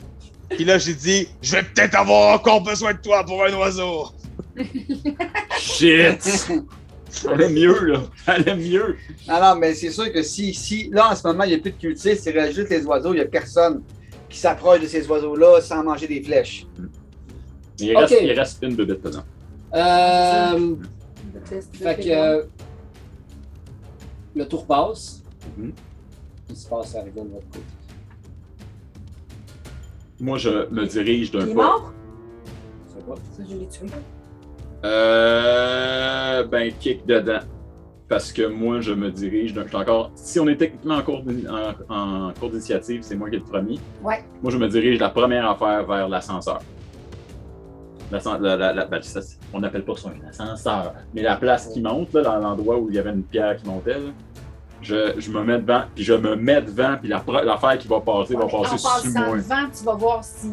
S9: Puis là, j'ai dit, je vais peut-être avoir encore besoin de toi pour un oiseau.
S3: Shit! Ça allait mieux, là. Ça allait mieux.
S10: Non, non, mais c'est sûr que si, si là, en ce moment, il n'y a plus de cultistes, il reste juste les oiseaux, il n'y a personne qui s'approche de ces oiseaux-là sans manger des flèches.
S3: Il reste,
S6: Ok.
S3: il reste une bébête dedans.
S6: Euh. Fait que. euh, Le tour passe.
S3: Mhm.
S6: Il se passe à rien de votre côté.
S3: Moi, je me dirige
S12: Il
S3: d'un
S12: est
S3: pas.
S12: mort?
S6: Je sais pas.
S12: Ça, je l'ai tué.
S3: Euh, ben, kick dedans. Parce que moi, je me dirige d'un. je suis encore. Si on est techniquement en cours d'ini- en, en cours d'initiative, c'est moi qui ai le premier.
S12: Ouais.
S3: Moi, je me dirige la première affaire vers l'ascenseur. L'ascen- la- la- la- ben, ça, c'est- on n'appelle pas ça un ascenseur, mais la place qui monte, là, dans l'endroit où il y avait une pierre qui montait, là, je, je me mets devant, puis je me mets devant, puis la pre- l'affaire qui va passer va
S12: Mais en
S3: passer sur
S12: passant
S3: moi.
S12: devant, tu vas voir si.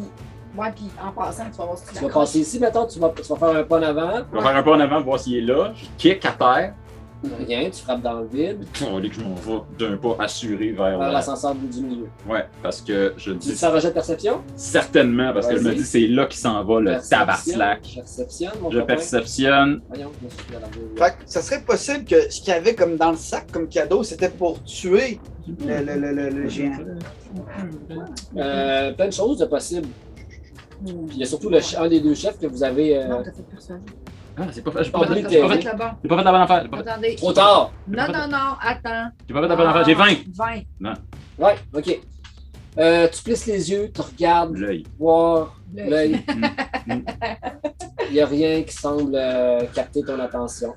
S12: Ouais, puis en passant, tu vas voir si tu
S6: Tu vas
S12: l'as.
S6: passer ici, mettons, tu vas, tu vas faire un pas en avant.
S3: Je vais faire un pas en avant, voir s'il est là. Je kick à terre.
S6: Rien, tu frappes dans le vide.
S3: On que je m'en vais d'un pas assuré vers
S6: Vers
S3: la-
S6: l'ascenseur du du milieu.
S3: Ouais, parce que je
S6: Tu te
S3: dis
S6: fais un rejet de perception?
S3: certainement, parce que je me
S6: Vas-y.
S3: dis c'est là qu'il s'en va Oh, le
S6: Perception.
S3: tabarnak.
S6: Perception, mon
S3: Je
S6: copain.
S3: perceptionne.
S6: Voyons, je me suis
S10: Fait que ça serait possible que ce qu'il y avait comme dans le sac comme cadeau, c'était pour tuer le, le, le, le- le géant.
S6: Euh, plein de choses de possibles. Puis il y a surtout le, ch- un des deux chefs que vous avez. euh,
S12: Non, t'as fait personne.
S3: Ah, c'est pas fait. J'ai pas,
S6: Pas
S3: fait-
S6: de
S3: j'ai pas
S6: lutte.
S3: fait.
S12: là-bas.
S3: J'ai pas fait la bonne affaire. J'ai pas fait,
S12: Attendez.
S6: Trop tard!
S12: Non, non, non, attends.
S3: j'ai pas fait la bonne affaire. J'ai 20.
S12: 20.
S3: Non,
S6: Ouais, ok. Euh, tu plisses les yeux, tu regardes
S3: l'œil.
S6: voir L'œil. Il n'y a rien qui semble euh, capter ton attention.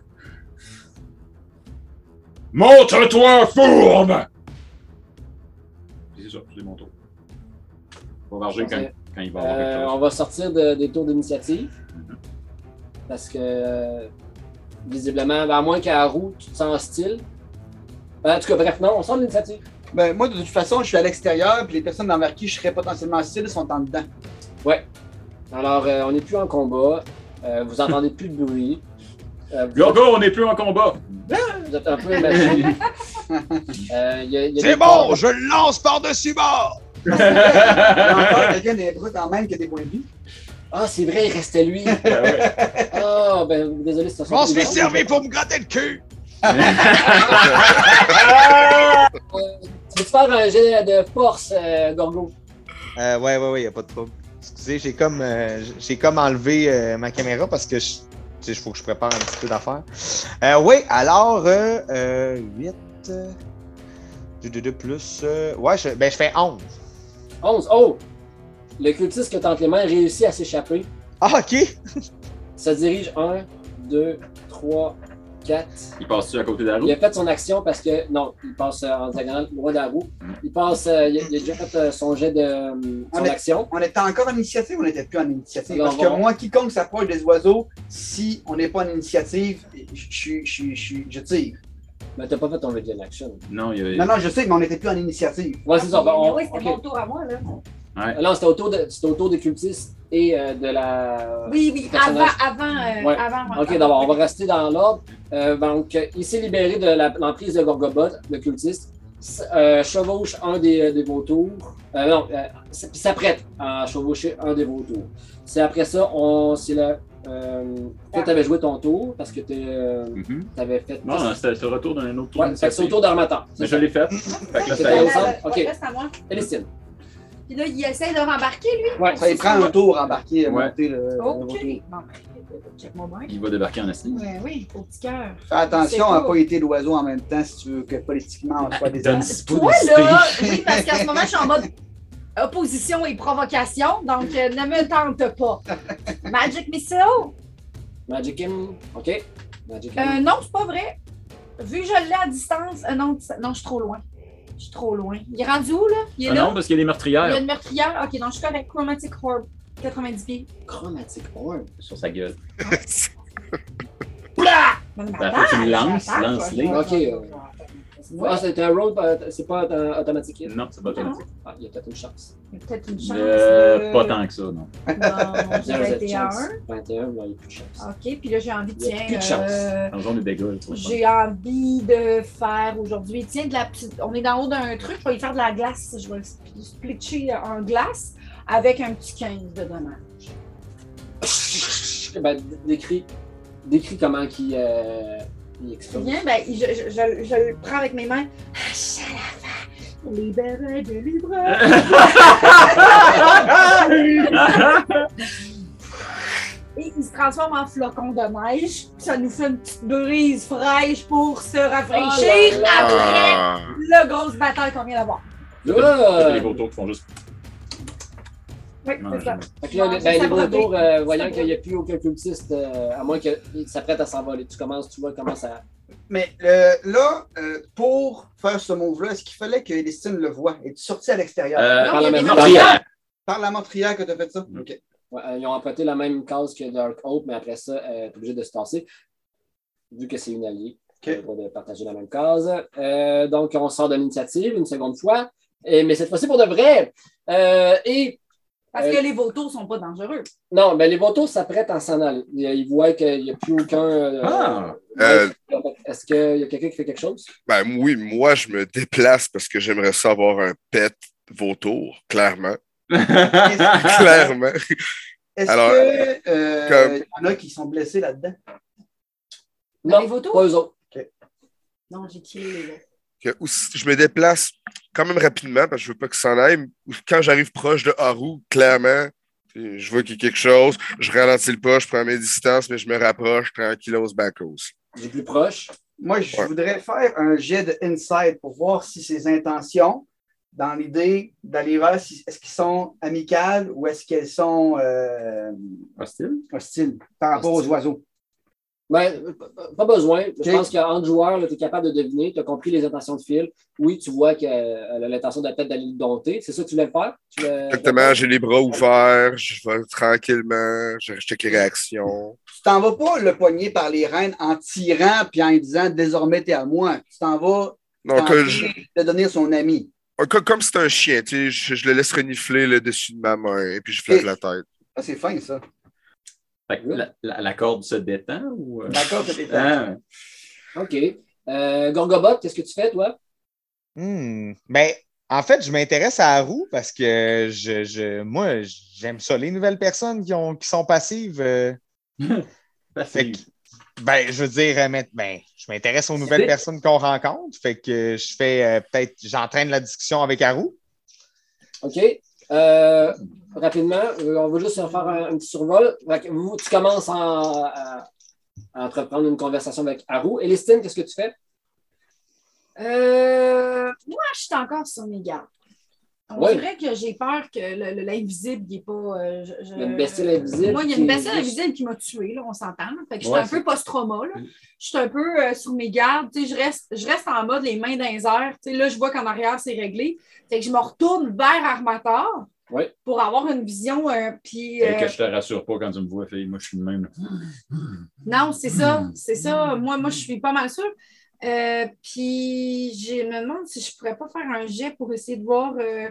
S3: Montre-toi, fourbe! Puis C'est ça, c'est mon tour. On va varger quand,
S6: Parfait.
S3: quand il va avoir quelque
S6: Euh,
S3: chose.
S6: on va sortir de- des tours d'initiative. Parce que, euh, visiblement, ben, à moins qu'à roue, tu te sens hostile. Ben, en tout cas, bref, non, on sort de l'initiative.
S10: Ben, moi, de toute façon, je suis à l'extérieur, puis les personnes envers qui je serais potentiellement hostile sont en dedans.
S6: Ouais. Alors, euh, on n'est plus en combat. Euh, vous entendez plus de bruit. Euh, vous-
S3: Gorgo, on n'est plus en combat!
S6: Vous êtes un peu émerveillé. Euh, y a- y a des
S9: C'est bon,
S6: corps-
S9: je le lance par-dessus bord!
S3: Ben
S10: Encore, quelqu'un des bras quand même qui a des points de vie.
S6: Ah, c'est vrai, il restait lui. Ah, ben, désolé, c'est
S9: Je m'en suis servi pour me gratter le cul!
S6: Tu peux faire un jet de force, euh, Gorgo.
S9: Euh, ouais, ouais, ouais, y a pas de trouble. Excusez, j'ai comme, euh, j'ai comme enlevé euh, ma caméra parce que je, il faut que je prépare un petit peu d'affaires. Euh, oui, alors, euh, 8, 2, 2, plus, euh, ouais, je, ben, je fais 11.
S6: 11. Oh! Le cultiste que tente les mains réussit à s'échapper.
S9: Ah, ok!
S6: Ça dirige 1, 2, 3, 4.
S3: Il passe-tu à côté de la roue?
S6: Il a fait son action parce que. Non, il passe euh, en diagonale, loin de la roue. Il passe. euh, il, a, il a déjà fait euh, son jet de. euh,
S8: Ah,
S6: son
S10: On est-
S6: action.
S10: On était encore en initiative ou on n'était plus en initiative?
S6: Alors,
S10: Parce que
S6: bon.
S10: moi, quiconque s'approche des oiseaux, si on n'est pas en initiative, je, suis- je, suis- je, suis- je tire.
S6: Mais t'as pas fait ton jet d'action.
S3: Non, il y a.
S10: Non, non, je sais, mais on n'était plus en initiative.
S6: Ouais, c'est ça. ben, on-
S8: Ah, oui, c'était
S6: ok. Ah
S8: mon tour à moi, là.
S3: Ouais.
S6: Non, c'était autour, de, c'était autour des cultistes et euh, de la.
S8: Oui, oui,
S6: du
S8: avant,
S6: personnage.
S8: avant, euh,
S6: Ouais.
S8: avant.
S6: Ok, d'abord, on va rester dans l'ordre. Euh, donc, euh, il s'est libéré de la- l'emprise de Gorgobot, le cultiste. S- euh, chevauche un des, euh, des vautours. Euh, non, euh, s- puis s'apprête à chevaucher un des vautours. C'est après ça, on, c'est le. Euh, toi, t'avais joué ton tour parce que t'es, euh,
S3: Mhm.
S6: t'avais fait.
S3: Non, non, c'était c'est le retour d'un autre tour.
S6: Ouais, fait que c'est au tour d'Armatan.
S3: Mais
S6: C'est
S3: je
S6: ça.
S3: l'ai fait. Fait que là,
S6: C'est
S3: ça
S6: à
S3: y est.
S6: Alexandre.
S8: Ok.
S6: Ok.
S8: Reste à moi.
S6: Célestine.
S8: Puis là, il essaie de rembarquer, lui.
S6: Ouais.
S10: Ça y prend un tour à embarquer, à
S3: Ouais.
S10: monter le.
S6: Euh,
S8: Ok.
S10: le vautour.
S8: Bon, ben, check mon bain.
S3: Il va débarquer en estime.
S8: Ouais, oui, au petit cœur.
S10: Fais attention
S8: C'est
S10: à ne
S8: cool.
S10: pas été l'oiseau en même temps si tu veux que politiquement on soit des
S3: Donne
S10: amis.
S3: six pouces
S8: Toi,
S3: de
S8: là,
S3: speech.
S8: oui, parce qu'en ce moment, je suis en mode opposition et provocation, donc euh, ne me tente pas. Magic Missile?
S6: Magic Kim. Ok. Magic Kim.
S8: Euh, non, c'est pas vrai. Vu que je l'ai à distance, euh, non, ça- non, je suis trop loin. Je suis trop loin. Il est rendu où, là? Il est
S3: Ah
S8: là?
S3: non, parce qu'il y a des
S8: Il y a
S3: meurtrières
S8: une meurtrière. Ok, donc je suis avec Chromatic Orb, 90 pieds.
S6: Chromatic Orb.
S3: sur sa gueule.
S8: Ben,
S3: Ben, faut que tu me lances,
S8: attends,
S3: lance-les.
S8: je vais-
S6: Ok,
S8: je vais-
S6: euh,
S8: je vais-
S6: Ah, c'est un roll, pas- c'est pas euh, automatique. hit.
S3: Non, c'est pas automatique.
S6: Ah, il y a peut-être une chance.
S8: Il y a Peut-être une chance.
S3: Euh,
S8: de-
S3: Pas tant que ça, non.
S8: Non, j'ai
S6: Zéro, zéro
S8: 21.
S6: chance. 21, non, il n'y a plus de chance.
S8: Ok, puis là, j'ai envie,
S6: Il y a
S8: tiens.
S6: plus de chance.
S8: euh,
S3: Dans le genre des dégâts, là, tu vois.
S8: J'ai envie de faire aujourd'hui. Tiens, de la petite- on est dans le haut d'un truc, je vais y faire de la glace. Je vais le sp- splitcher en glace avec un petit 15 de dommage.
S6: Ben, d- décris, décris comment qu'il euh, il explose.
S8: Bien, ben, il- je, je- je- je le prends avec mes mains. Ah, chalava, libéré, délivré. Et il se transforme en flocon de neige. Ça nous fait une petite brise fraîche pour se rafraîchir
S6: Oh là là.
S8: après
S7: Ah.
S8: la grosse bataille qu'on vient d'avoir.
S3: C'est
S8: euh,
S3: les
S6: Là, euh,
S3: vautours qui font juste.
S8: Oui,
S3: Non,
S8: c'est ça.
S6: fait que là,
S8: Non,
S6: ben,
S8: ça
S6: les
S8: brûle.
S6: vautours, euh,
S8: Ça
S6: voyant
S8: brûle.
S6: qu'il n'y a plus aucun cultiste, euh, à moins qu'il s'apprête à s'envoler, tu commences, tu vois, comment ça.
S10: Mais euh, là, euh, pour faire ce move-là, est-ce qu'il fallait que Elistine le voie? Es-tu sorti à l'extérieur?
S3: Euh,
S6: Par la
S8: il y
S6: même
S8: a des
S6: case.
S3: meurtrières.
S10: Par la meurtrière que tu as fait ça?
S3: Mm.
S10: OK.
S6: Ouais, euh, ils ont emprunté la même case que Dark Hope, mais après ça, euh, t'es obligé de se tasser. Vu que c'est une alliée,
S10: Ok.
S6: on va de partager la même case. Euh, donc, on sort de l'initiative une seconde fois, et, mais cette fois-ci pour de vrai. Euh, et
S8: Parce
S6: Euh,
S8: que les vautours sont pas dangereux.
S6: non, ben, les vautours s'apprêtent à s'en aller. Ils, ils voient qu'il n'y a plus aucun. euh,
S3: Ah!
S7: Euh,
S6: Est-ce qu'il y a quelqu'un qui fait quelque chose?
S7: Ben oui, moi, je me déplace parce que j'aimerais ça avoir un pet vautour, clairement.
S3: Ah,
S7: clairement.
S10: Est-ce
S7: Alors,
S10: que euh,
S7: comme-
S10: y en a qui sont blessés là-dedans?
S8: Non,
S6: Non,
S8: les vautours?
S6: pas eux autres.
S8: Non, j'ai tiré les vautours.
S7: Que aussi- je me déplace quand même rapidement parce que je veux pas qu'il s'en aille. Quand j'arrive proche de Haru, clairement, je vois qu'il y a quelque chose. Je ralentis le pas, je prends mes distances, mais je me rapproche tranquillos bacos.
S6: Du plus proche.
S10: Moi, je
S7: Ouais.
S10: voudrais faire un jet de inside pour voir si ses intentions dans l'idée d'aller voir si, est-ce qu'ils sont amicales ou est-ce qu'elles sont euh,
S3: hostiles?
S10: hostiles par rapport aux oiseaux.
S6: Ben, p- p- pas besoin. Je pense qu'entre joueurs, tu es capable de deviner, tu as compris les intentions de Phil. Oui, tu vois qu'elle a l'intention de peut-être d'aller le dompter. C'est ça que tu voulais faire? Tu voulais-
S7: Exactement, j'ai les bras ouverts, je vais tranquillement, je check les réactions.
S10: Tu t'en vas pas le poignet par les rênes en tirant puis en lui disant désormais t'es à moi. Tu t'en vas
S7: Non,
S10: tenter
S7: que euh, je-
S10: de devenir son ami.
S7: Ah, co- Comme c'est un chien, tu sais, je, je le laisse renifler le dessus de ma main et puis je flotte
S10: Et-
S7: la tête.
S10: Ah, c'est fin, ça.
S3: Fait que la, la- la corde se détend ou. euh?
S6: La corde se détend.
S3: Ah,
S6: OK. Euh, Gorgobot, qu'est-ce que tu fais, toi?
S9: Hmm. Ben, en fait, je m'intéresse à Haru parce que je, je- moi, j'aime ça, les nouvelles personnes qui, ont, qui sont passives. euh. Fait que, ben, je veux dire, euh, mais- ben, je m'intéresse aux nouvelles personnes qu'on rencontre. Fait que je fais euh, peut-être, j'entraîne la discussion avec Haru.
S6: OK. Euh, rapidement, euh, on va juste faire un, un petit survol. Fait que vous, tu commences en- à, à entreprendre une conversation avec Haru. Elistine, qu'est-ce que tu fais?
S8: Euh, moi, je suis encore sur mes gardes. On
S6: Ouais.
S8: dirait que j'ai peur que le- le- l'invisible, il n'est pas. euh, je- je-
S6: Il y a une bestille invisible
S8: Moi, il y a
S6: qui-
S8: une bestille invisible qui m'a tuée, là, on s'entend. là. Fait que je suis
S6: Ouais,
S8: un peu
S6: c'est-
S8: post-trauma. là. Je suis un peu euh, sur mes gardes. Tu sais, Je reste, je reste en mode les mains dans les airs. Tu sais, Là, je vois qu'en arrière, c'est réglé. Fait que je me retourne vers Armator
S6: Oui.
S8: pour avoir une vision. euh, puis,
S3: Et
S8: euh,
S3: que je te rassure pas quand tu me vois, fille. Moi, je suis le même.
S8: non, c'est ça,
S6: Hmm.
S8: c'est ça. Moi, moi, je suis pas mal sûre. Euh, puis je me demande si je pourrais pas faire un jet pour essayer de voir euh,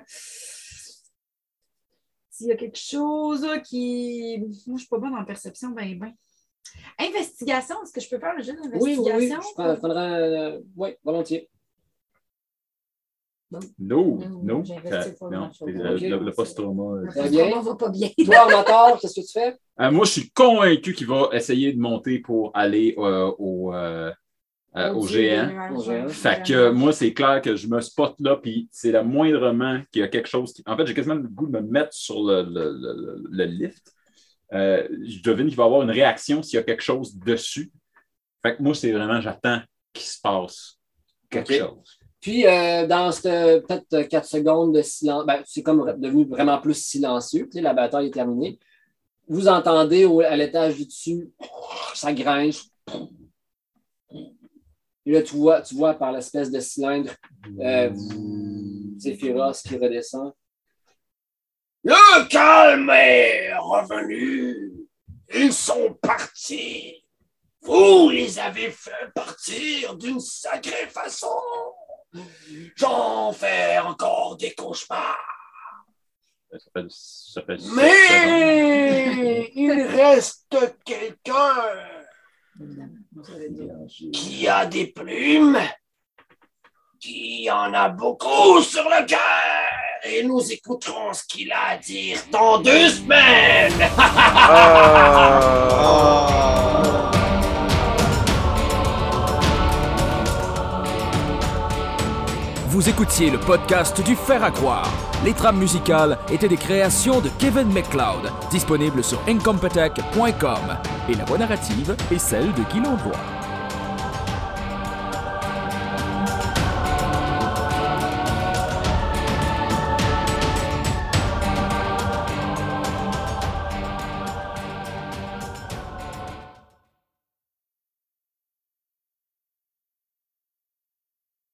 S8: s'il y a quelque chose euh, qui. Moi, je suis pas bonne en perception, ben ben. Investigation, est-ce que je peux faire un jet
S6: Oui, oui, oui.
S8: d'investigation?
S6: Je prends- je prendrai. euh, oui, volontiers.
S3: Non,
S8: Non,
S3: non.
S8: j'investis
S3: ça-
S8: pas
S3: non,
S8: grand-chose.
S3: le- le-
S6: Ok.
S3: le post-trauma. euh,
S6: Très bien.
S8: On va pas bien.
S6: Toi, Armator, qu'est-ce que tu fais?
S3: Euh, moi, je suis convaincu qu'il va essayer de monter pour aller euh, au, euh, euh,
S6: Au
S3: au
S6: Dieu des
S3: géant.
S6: nuages, Au géant.
S3: Fait que euh, moi, c'est clair que je me spot là, puis c'est le moindrement qu'il y a quelque chose qui. En fait, j'ai quasiment le goût de me mettre sur le, le- le- le- le lift. Euh, je devine qu'il va y avoir une réaction s'il y a quelque chose dessus. Fait que moi, c'est vraiment, j'attends qu'il se passe quelque
S6: Ok.
S3: chose.
S6: Puis, euh, dans cette, euh, peut-être euh, quatre secondes de silence, ben, c'est comme re- devenu vraiment plus silencieux. Tu sais, la bataille est terminée. Vous entendez au- à l'étage du dessus, ça grince. Et là, tu vois, tu vois par l'espèce de cylindre, euh, Zephyros qui redescend.
S14: Le calme est revenu. Ils sont partis. Vous les avez fait partir d'une sacrée façon. J'en fais encore des cauchemars.
S3: Ça fait, ça fait-
S14: Mais il reste quelqu'un qui a des plumes, qui en a beaucoup sur le cœur. Et nous écouterons ce qu'il a à dire dans deux semaines.
S15: Vous écoutiez le podcast du Fer à croire. Les trames musicales étaient des créations de Kevin McLeod, disponibles sur incompetech.com. Et la voix narrative est celle de Guy Lenvoie.